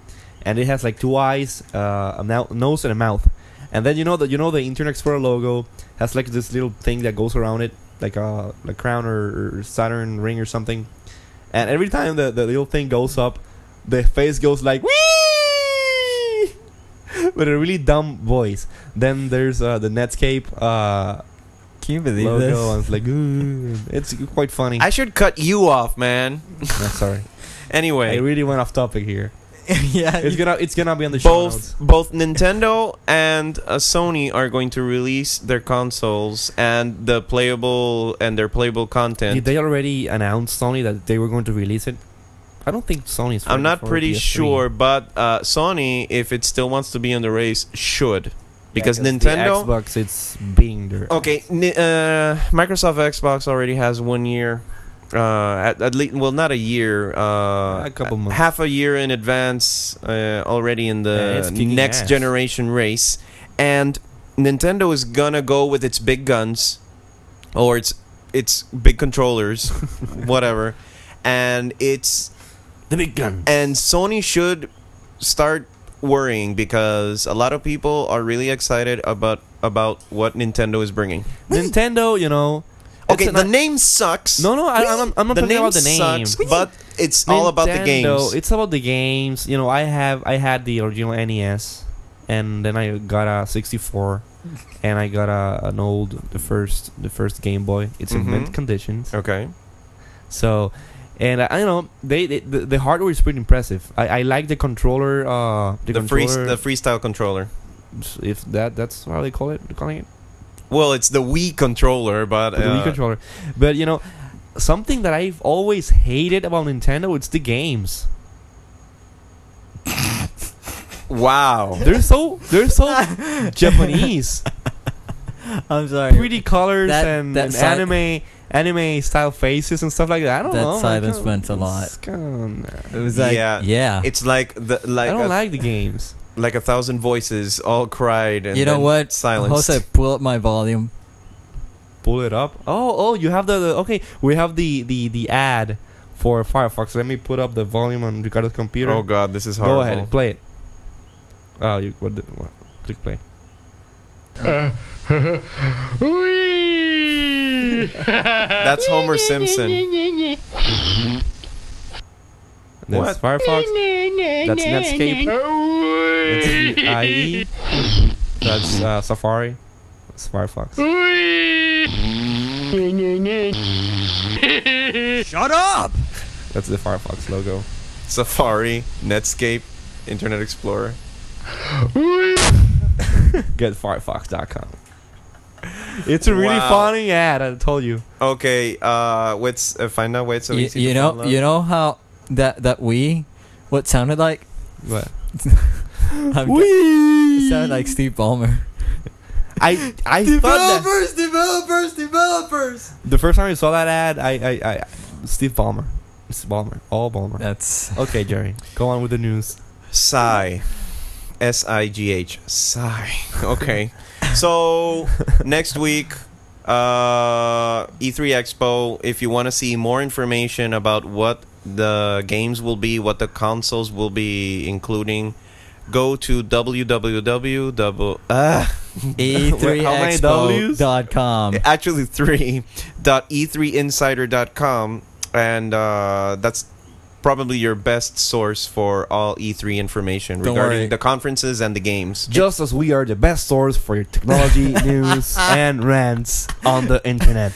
Speaker 2: and it has like two eyes uh, a mou- nose and a mouth and then you know that you know the internet explorer logo has like this little thing that goes around it like a like crown or, or Saturn ring or something. And every time the, the little thing goes up, the face goes like wee (laughs) with a really dumb voice. Then there's uh, the Netscape uh,
Speaker 3: Can you believe
Speaker 2: logo,
Speaker 3: this?
Speaker 2: and it's like "Ooh." it's quite funny.
Speaker 1: I should cut you off, man.
Speaker 2: No, sorry, I
Speaker 1: Anyway,
Speaker 2: really went off topic here.
Speaker 3: (laughs) yeah.
Speaker 2: It's gonna it's gonna be on the show
Speaker 1: Uh, both
Speaker 2: notes.
Speaker 1: both Nintendo and uh, Sony are going to release their consoles and the playable and their playable content.
Speaker 2: Did they already announce Sony that they were going to release it? I don't think Sony's.
Speaker 1: I'm
Speaker 2: ready
Speaker 1: not
Speaker 2: for
Speaker 1: pretty
Speaker 2: PS3.
Speaker 1: sure, but uh, Sony, if it still wants to be in the race, should because
Speaker 2: the
Speaker 1: Nintendo.
Speaker 2: Xbox, it's being there.
Speaker 1: Okay, ni- uh, Microsoft Xbox already has one year. Uh, at, at least, well, not a year. Uh,
Speaker 2: A couple months.
Speaker 1: Half a year in advance, uh, already in
Speaker 2: Yeah,
Speaker 1: the
Speaker 2: it's kicking
Speaker 1: next
Speaker 2: ass.
Speaker 1: generation race, and Nintendo is gonna go with its big guns, or its its big
Speaker 2: (laughs)
Speaker 1: controllers, whatever, and it's
Speaker 2: The big gun.
Speaker 1: and Sony should start worrying because a lot of people are really excited about about what Nintendo is bringing.
Speaker 2: Nintendo, you know. it's
Speaker 1: Okay,
Speaker 2: an-
Speaker 1: the name sucks.
Speaker 2: No, no, I, I'm, I'm- I'm not talking about the name.
Speaker 1: sucks, but it's all about the
Speaker 2: Nintendo,
Speaker 1: games.
Speaker 2: It's about the games. You know, I have I had the original NES, and then I got
Speaker 1: (laughs)
Speaker 2: a 64, and I got a an old the first the first Game Boy. It's
Speaker 1: Mhm.
Speaker 2: in mint condition.
Speaker 1: okay.
Speaker 2: So, and I you know they, they the, the hardware is pretty impressive. I, I like the controller. Uh, the,
Speaker 1: The, free
Speaker 2: controller.
Speaker 1: the freestyle controller.
Speaker 2: if that that's how they call it, calling it
Speaker 1: Well, it's the Wii controller, but
Speaker 2: the Wii
Speaker 1: uh,
Speaker 2: controller. But you know, something that I've always hated about Nintendo, it's the games.
Speaker 1: wow.
Speaker 2: They're so they're
Speaker 1: (laughs)
Speaker 2: so Japanese.
Speaker 3: I'm sorry.
Speaker 2: pretty colors
Speaker 3: That-
Speaker 2: and, and
Speaker 3: that si-
Speaker 2: anime anime style faces and stuff like that. I don't
Speaker 3: That
Speaker 2: know.
Speaker 3: silence
Speaker 2: I can't-
Speaker 3: meant a lot.
Speaker 2: it's kinda-
Speaker 3: It was like,
Speaker 1: Yeah.
Speaker 3: yeah.
Speaker 1: It's like the like uh,
Speaker 2: I don't
Speaker 1: a,
Speaker 2: like the games.
Speaker 1: like a thousand voices all cried and
Speaker 3: you know
Speaker 1: then
Speaker 3: what?
Speaker 1: silenced.
Speaker 3: Jose, pull up my volume.
Speaker 2: Pull it up. Oh, oh, you have the, the okay. We have the the the ad for Firefox. Let me put up the volume on Ricardo's computer.
Speaker 1: Oh god, this is horrible.
Speaker 2: Go ahead, play it. Oh, you what? The, what click play.
Speaker 1: That's Homer Simpson.
Speaker 2: That's Firefox. That's Netscape. That's
Speaker 1: (laughs)
Speaker 2: IE. That's uh, Safari. That's Firefox.
Speaker 3: Shut up!
Speaker 2: That's the Firefox logo.
Speaker 1: Safari, Netscape, Internet Explorer.
Speaker 2: Get Firefox.com. It's a really
Speaker 1: Wow.
Speaker 2: funny ad. I told you.
Speaker 1: Okay, uh, what's uh, find out wait so
Speaker 3: you,
Speaker 1: easy
Speaker 3: you
Speaker 1: to
Speaker 3: know,
Speaker 1: download?
Speaker 3: you know how that that we, what sounded like?
Speaker 2: What?
Speaker 3: (laughs) I'm g- it
Speaker 2: Wee!
Speaker 3: sounded like Steve Ballmer.
Speaker 2: I I thought that
Speaker 3: developers, developers.
Speaker 2: the first time I saw that ad, I I, I Steve Ballmer, it's Ballmer, all Ballmer.
Speaker 3: That's
Speaker 2: Okay, Jerry, go on with the news.
Speaker 1: Sigh. S I G H. Sigh. (laughs) Okay. So next week, uh, E3 Expo. If you want to see more information about what the games will be, what the consoles will be including, go to www. double- ah,
Speaker 3: E
Speaker 1: How many Ws?
Speaker 3: e3expo.com.
Speaker 1: actually three dot E e3insider.com and uh, that's probably your best source for all e3 information
Speaker 3: Don't
Speaker 1: regarding
Speaker 3: worry.
Speaker 1: the conferences and the games
Speaker 2: Just as we are the best source for your (laughs) technology news and rants on the internet,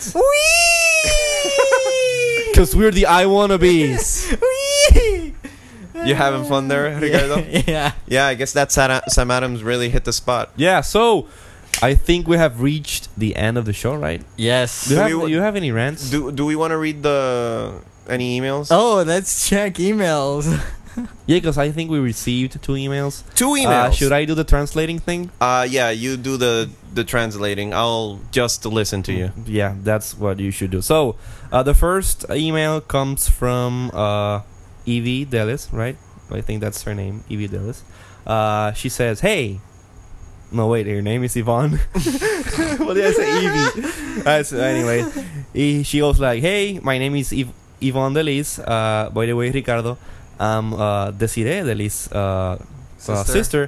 Speaker 2: (laughs) because we're the I wanna bees.
Speaker 1: you having fun (laughs) there ricardo
Speaker 3: (laughs) yeah.
Speaker 1: yeah i guess that Sam sam adams really hit the spot
Speaker 2: Yeah, so I think we have reached the end of the show, right?
Speaker 3: Yes.
Speaker 2: Do you
Speaker 1: Do
Speaker 2: have,
Speaker 1: we wa-
Speaker 2: you have any rants?
Speaker 1: do, do we want to read the any emails
Speaker 3: Oh, let's check emails.
Speaker 2: yeah, because I think we received two emails.
Speaker 1: two emails
Speaker 2: Uh, should I do the translating thing?
Speaker 1: uh yeah you do the the translating i'll just listen to (laughs) you
Speaker 2: Yeah, that's what you should do. So, uh, the first email comes from uh, Evie Delis, right? I think that's her name, Evie Delis. Uh, she says, "Hey." No, wait. Her name is Yvonne. (laughs) what did I say, Evie? Uh, so anyway, eh, she goes like, "Hey, my name is Yv- Yvonne Delis. Uh, by the way, Ricardo, I'm uh, Desiree Delis' uh, sister, uh, sister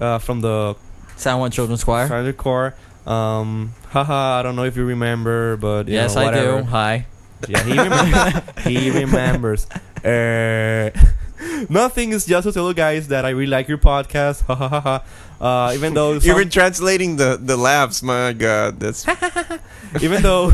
Speaker 2: uh, from the
Speaker 3: San Juan Children's Choir.
Speaker 2: Thunder Core. Um, haha, I don't know if you remember, but you
Speaker 3: Yes,
Speaker 2: know,
Speaker 3: I do.
Speaker 2: whatever.
Speaker 3: Hi.
Speaker 2: (laughs) Yeah, he, remem- (laughs) he remembers. Uh, (laughs) nothing is just to tell you guys that I really like your podcast. Ha ha ha ha. Uh, even
Speaker 3: (laughs)
Speaker 2: though
Speaker 1: you
Speaker 2: some-
Speaker 1: were translating the the laughs my god that's
Speaker 2: even (laughs) though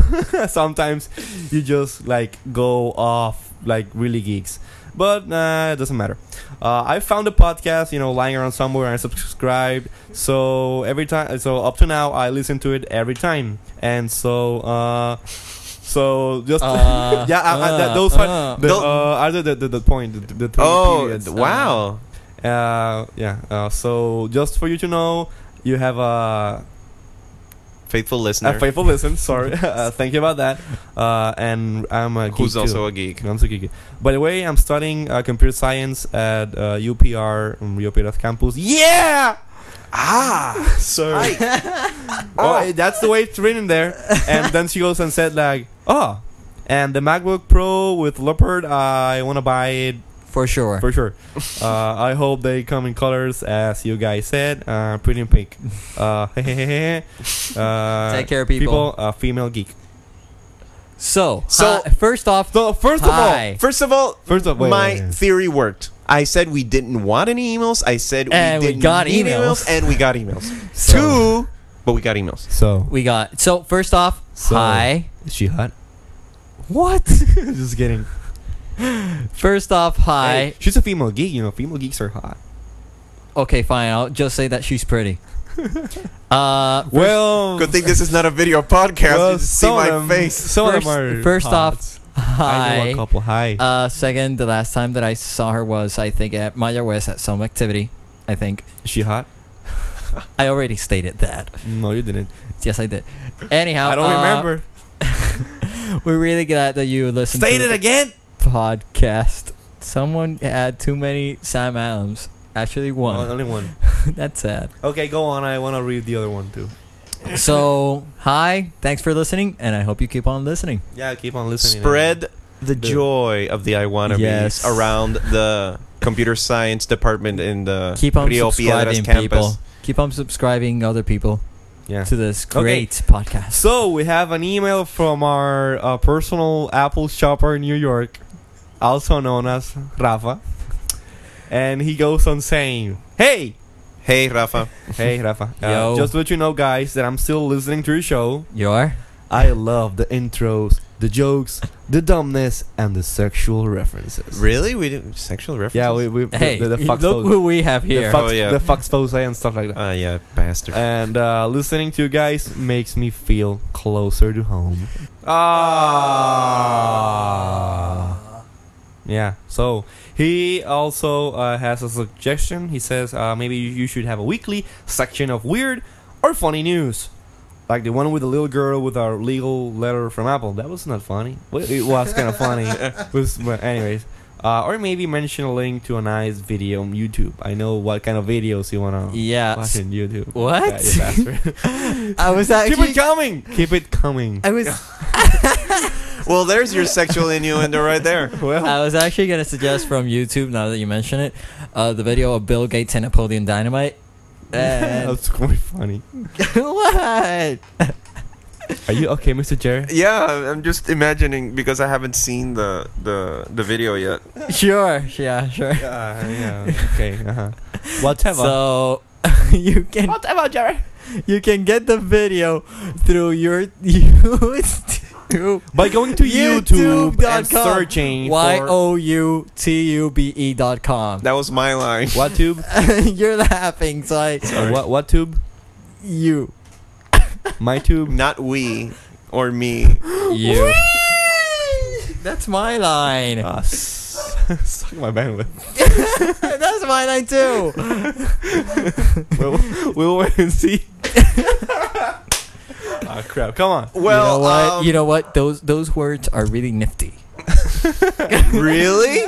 Speaker 2: sometimes you just like go off like really geeks. But nah, it doesn't matter. Uh, I found the podcast, you know, lying around somewhere, and I subscribed. So every time, so up to now, I listen to it every time, and so. Uh, so just
Speaker 3: Uh,
Speaker 2: yeah, I, I, that,
Speaker 3: uh,
Speaker 2: those are
Speaker 3: uh.
Speaker 2: (laughs) the,
Speaker 1: Don't-
Speaker 2: uh, are the, the, the, the point. The, the three
Speaker 1: Oh,
Speaker 2: periods.
Speaker 1: wow.
Speaker 2: Uh, yeah. Uh, so just for you to know, you have a,
Speaker 1: Faithful listener.
Speaker 2: a faithful
Speaker 1: (laughs)
Speaker 2: listen. Sorry, uh, thank you about that. Uh, and I'm a
Speaker 1: who's
Speaker 2: geek
Speaker 1: also
Speaker 2: too.
Speaker 1: a (laughs) geek.
Speaker 2: I'm also geeky. By the way, I'm studying uh, computer science at uh, UPR um, UPRF campus. Yeah.
Speaker 1: Ah, sorry.
Speaker 2: Oh, eh, that's the way it's written
Speaker 3: (laughs)
Speaker 2: there. And then she goes and said like, oh, and the MacBook Pro with Leopard, I want to buy it
Speaker 3: for sure.
Speaker 2: for
Speaker 3: (laughs)
Speaker 2: sure. Uh, I hope they come in colors as you guys said, uh, pretty in pink. Uh, (laughs) uh,
Speaker 3: Take care, people.
Speaker 2: uh, female geek.
Speaker 3: So,
Speaker 1: So-
Speaker 3: hi- first off,
Speaker 2: So first of all,
Speaker 3: hi.
Speaker 1: First of all,
Speaker 2: first of all,
Speaker 1: my theory worked. I said we didn't want any emails. I said we
Speaker 3: And we
Speaker 1: didn't
Speaker 3: got
Speaker 1: need
Speaker 3: emails.
Speaker 1: and we got (laughs) emails.
Speaker 3: So-
Speaker 1: Two, but we got emails.
Speaker 2: so
Speaker 3: we got so first off,
Speaker 2: So-
Speaker 3: hi.
Speaker 2: is she hot? (laughs)
Speaker 3: What?
Speaker 2: Just kidding.
Speaker 3: First off, hi.
Speaker 2: Hey, she's a female geek. You know, female geeks are hot.
Speaker 3: Okay, fine. I'll just say that
Speaker 2: (laughs)
Speaker 3: she's pretty. uh,
Speaker 2: Well,
Speaker 1: Good thing this is not a video podcast.
Speaker 2: well,
Speaker 1: you just see
Speaker 2: some
Speaker 1: my
Speaker 2: of them-
Speaker 1: face.
Speaker 2: Some
Speaker 3: First-
Speaker 2: of them are
Speaker 3: first off,
Speaker 2: hot. I know a
Speaker 3: hi.
Speaker 2: couple. Hi.
Speaker 3: Uh, second, the last time that I saw her was I think at Maya West at some activity. I think
Speaker 2: Is she hot?
Speaker 3: I already stated that.
Speaker 2: No, you didn't.
Speaker 3: Yes, I did. Anyhow,
Speaker 2: I don't
Speaker 3: uh,
Speaker 2: remember.
Speaker 3: We're really glad that you listened.
Speaker 2: State
Speaker 3: to
Speaker 2: it
Speaker 3: the
Speaker 2: again.
Speaker 3: Podcast. Someone had too many Sam Adams. Actually, one.
Speaker 2: Oh, Only one.
Speaker 3: (laughs) That's sad.
Speaker 2: Okay, go on. I want to read the other one too.
Speaker 3: So, hi. Thanks for listening, and I hope you keep on listening.
Speaker 2: Yeah, keep on listening.
Speaker 1: Spread the joy of the I wanna
Speaker 3: Yes.
Speaker 1: yes. around the computer science department in the
Speaker 3: Keep on
Speaker 1: Rio Piedras
Speaker 3: subscribing,
Speaker 1: campus.
Speaker 3: people. Keep on subscribing, other people,
Speaker 2: Yeah.
Speaker 3: to this
Speaker 2: Okay.
Speaker 3: great podcast.
Speaker 2: So we have an email from our uh, personal Apple shopper in New York, also known as Rafa, and he goes on saying, (laughs) "Hey,
Speaker 1: Hey, Rafa.
Speaker 2: hey, Rafa, uh,
Speaker 3: Yo.
Speaker 2: just to let you know, guys, that I'm still listening to your show.
Speaker 3: You are?
Speaker 2: I love the intros, the jokes, the dumbness, and the sexual references.
Speaker 1: Really? We did sexual reference?
Speaker 2: Yeah, we, we
Speaker 3: Hey,
Speaker 2: the, the, the
Speaker 3: you-
Speaker 2: fuck
Speaker 3: look
Speaker 2: pose-
Speaker 3: who we have
Speaker 2: the
Speaker 3: here.
Speaker 2: fuck,
Speaker 1: Oh, yeah.
Speaker 2: the fuck pose and stuff like that.
Speaker 1: Ah, yeah, bastard.
Speaker 2: and uh, listening to you guys makes me feel closer to home. Ah. Yeah. So he also uh, has a suggestion. He says uh, maybe you- you should have a weekly section of weird or funny news, like the one with the little girl with our legal letter from Apple. That was not funny. Well, It was kind of funny. It was, but anyways. Uh, or maybe mention a link to a nice video on YouTube. I know what kind of videos you wanna
Speaker 3: Yeah. s-
Speaker 2: Fucking YouTube.
Speaker 3: What?
Speaker 2: Yeah, you bastard.
Speaker 3: I was
Speaker 2: Keep
Speaker 3: actually.
Speaker 2: it coming. Keep it coming.
Speaker 3: I was.
Speaker 1: well, there's your sexual innuendo right there.
Speaker 2: (laughs) Well,
Speaker 3: I was actually gonna suggest from YouTube. Now that you mention it, uh, the video of Bill Gates and
Speaker 2: (laughs)
Speaker 3: Napoleon Dynamite. And
Speaker 2: that's quite funny.
Speaker 3: (laughs) what?
Speaker 2: Are you okay, Mr.
Speaker 1: (laughs)
Speaker 2: Jerry?
Speaker 1: (laughs)
Speaker 2: Uh,
Speaker 1: Yeah, I'm just imagining because I haven't seen the the, the video yet.
Speaker 3: Sure. Yeah. Sure.
Speaker 2: Yeah, yeah. Okay. Uh-huh. Whatever.
Speaker 3: So (laughs) you can
Speaker 2: Whatever, Jerry.
Speaker 3: you can get the video through your (laughs) YouTube.
Speaker 2: By going to YouTube, and
Speaker 3: YouTube.com.
Speaker 2: searching
Speaker 3: Y
Speaker 2: for
Speaker 3: o u t u b e dot com.
Speaker 1: That was my line.
Speaker 2: what tube?
Speaker 3: (laughs) You're laughing, so I
Speaker 2: uh, What what tube? (laughs)
Speaker 3: you
Speaker 2: My tube.
Speaker 1: Not we or me.
Speaker 3: you. That's my line. (laughs)
Speaker 2: Uh, s- (laughs) suck my bandwidth.
Speaker 3: That's my line too.
Speaker 2: We'll, (laughs) we'll wait and see. Ah crap! Come on.
Speaker 1: Well,
Speaker 3: you know what?
Speaker 1: um,
Speaker 3: you know what? Those those words are really (laughs) nifty.
Speaker 1: really?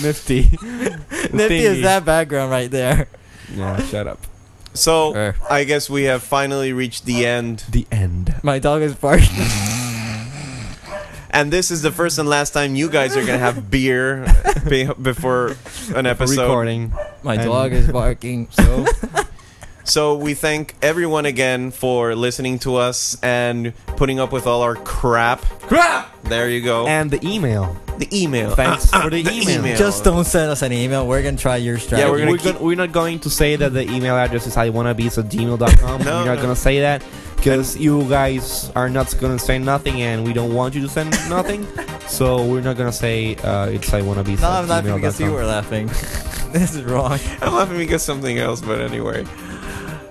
Speaker 2: Nifty.
Speaker 3: Nifty
Speaker 2: Thingy.
Speaker 3: is that background right there.
Speaker 2: Yeah. Shut up.
Speaker 1: So
Speaker 2: Eh.
Speaker 3: Er.
Speaker 1: I guess we have finally reached the end,
Speaker 2: The end.
Speaker 3: My dog is barking. (laughs)
Speaker 1: and this is the first and last time you guys are gonna
Speaker 2: (laughs)
Speaker 1: have beer be- before an episode.
Speaker 2: Recording.
Speaker 3: My
Speaker 2: And-
Speaker 3: dog is barking.
Speaker 2: So
Speaker 1: So we thank everyone again for listening to us and putting up with all our crap.
Speaker 2: Crap!
Speaker 1: There you go.
Speaker 2: And the Oh. email.
Speaker 1: the email.
Speaker 2: (laughs) Thanks for the, email.
Speaker 1: email.
Speaker 3: Just don't send us an email. We're gonna try your strategy.
Speaker 1: Yeah,
Speaker 2: Yeah,
Speaker 1: we're
Speaker 2: we're,
Speaker 1: gonna
Speaker 2: we're,
Speaker 1: keep-
Speaker 2: not going to say that the email address (laughs) is iwannabes at gmail.com.
Speaker 1: No,
Speaker 2: we're not
Speaker 1: no.
Speaker 2: going to say that because you guys are not going to say nothing and we don't want you to send (laughs) nothing. So we're not going to say uh, it's iwannabes
Speaker 3: No,
Speaker 2: at
Speaker 3: I'm laughing because you were
Speaker 2: gmail.com.
Speaker 3: laughing. (laughs) this is wrong.
Speaker 1: (laughs) I'm laughing because something else, but anyway.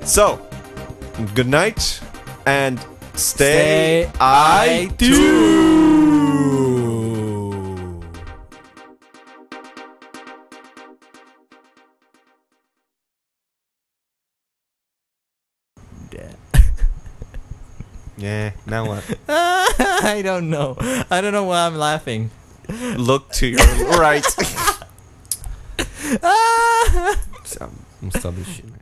Speaker 1: So, good night and stay,
Speaker 3: Stay
Speaker 1: I do.
Speaker 2: Yeah, now (laughs) what?
Speaker 3: (laughs) I don't know. I don't know why I'm laughing. (laughs)
Speaker 1: Look to
Speaker 2: (laughs)
Speaker 1: your right.
Speaker 2: I'm, I'm stubborn as shit.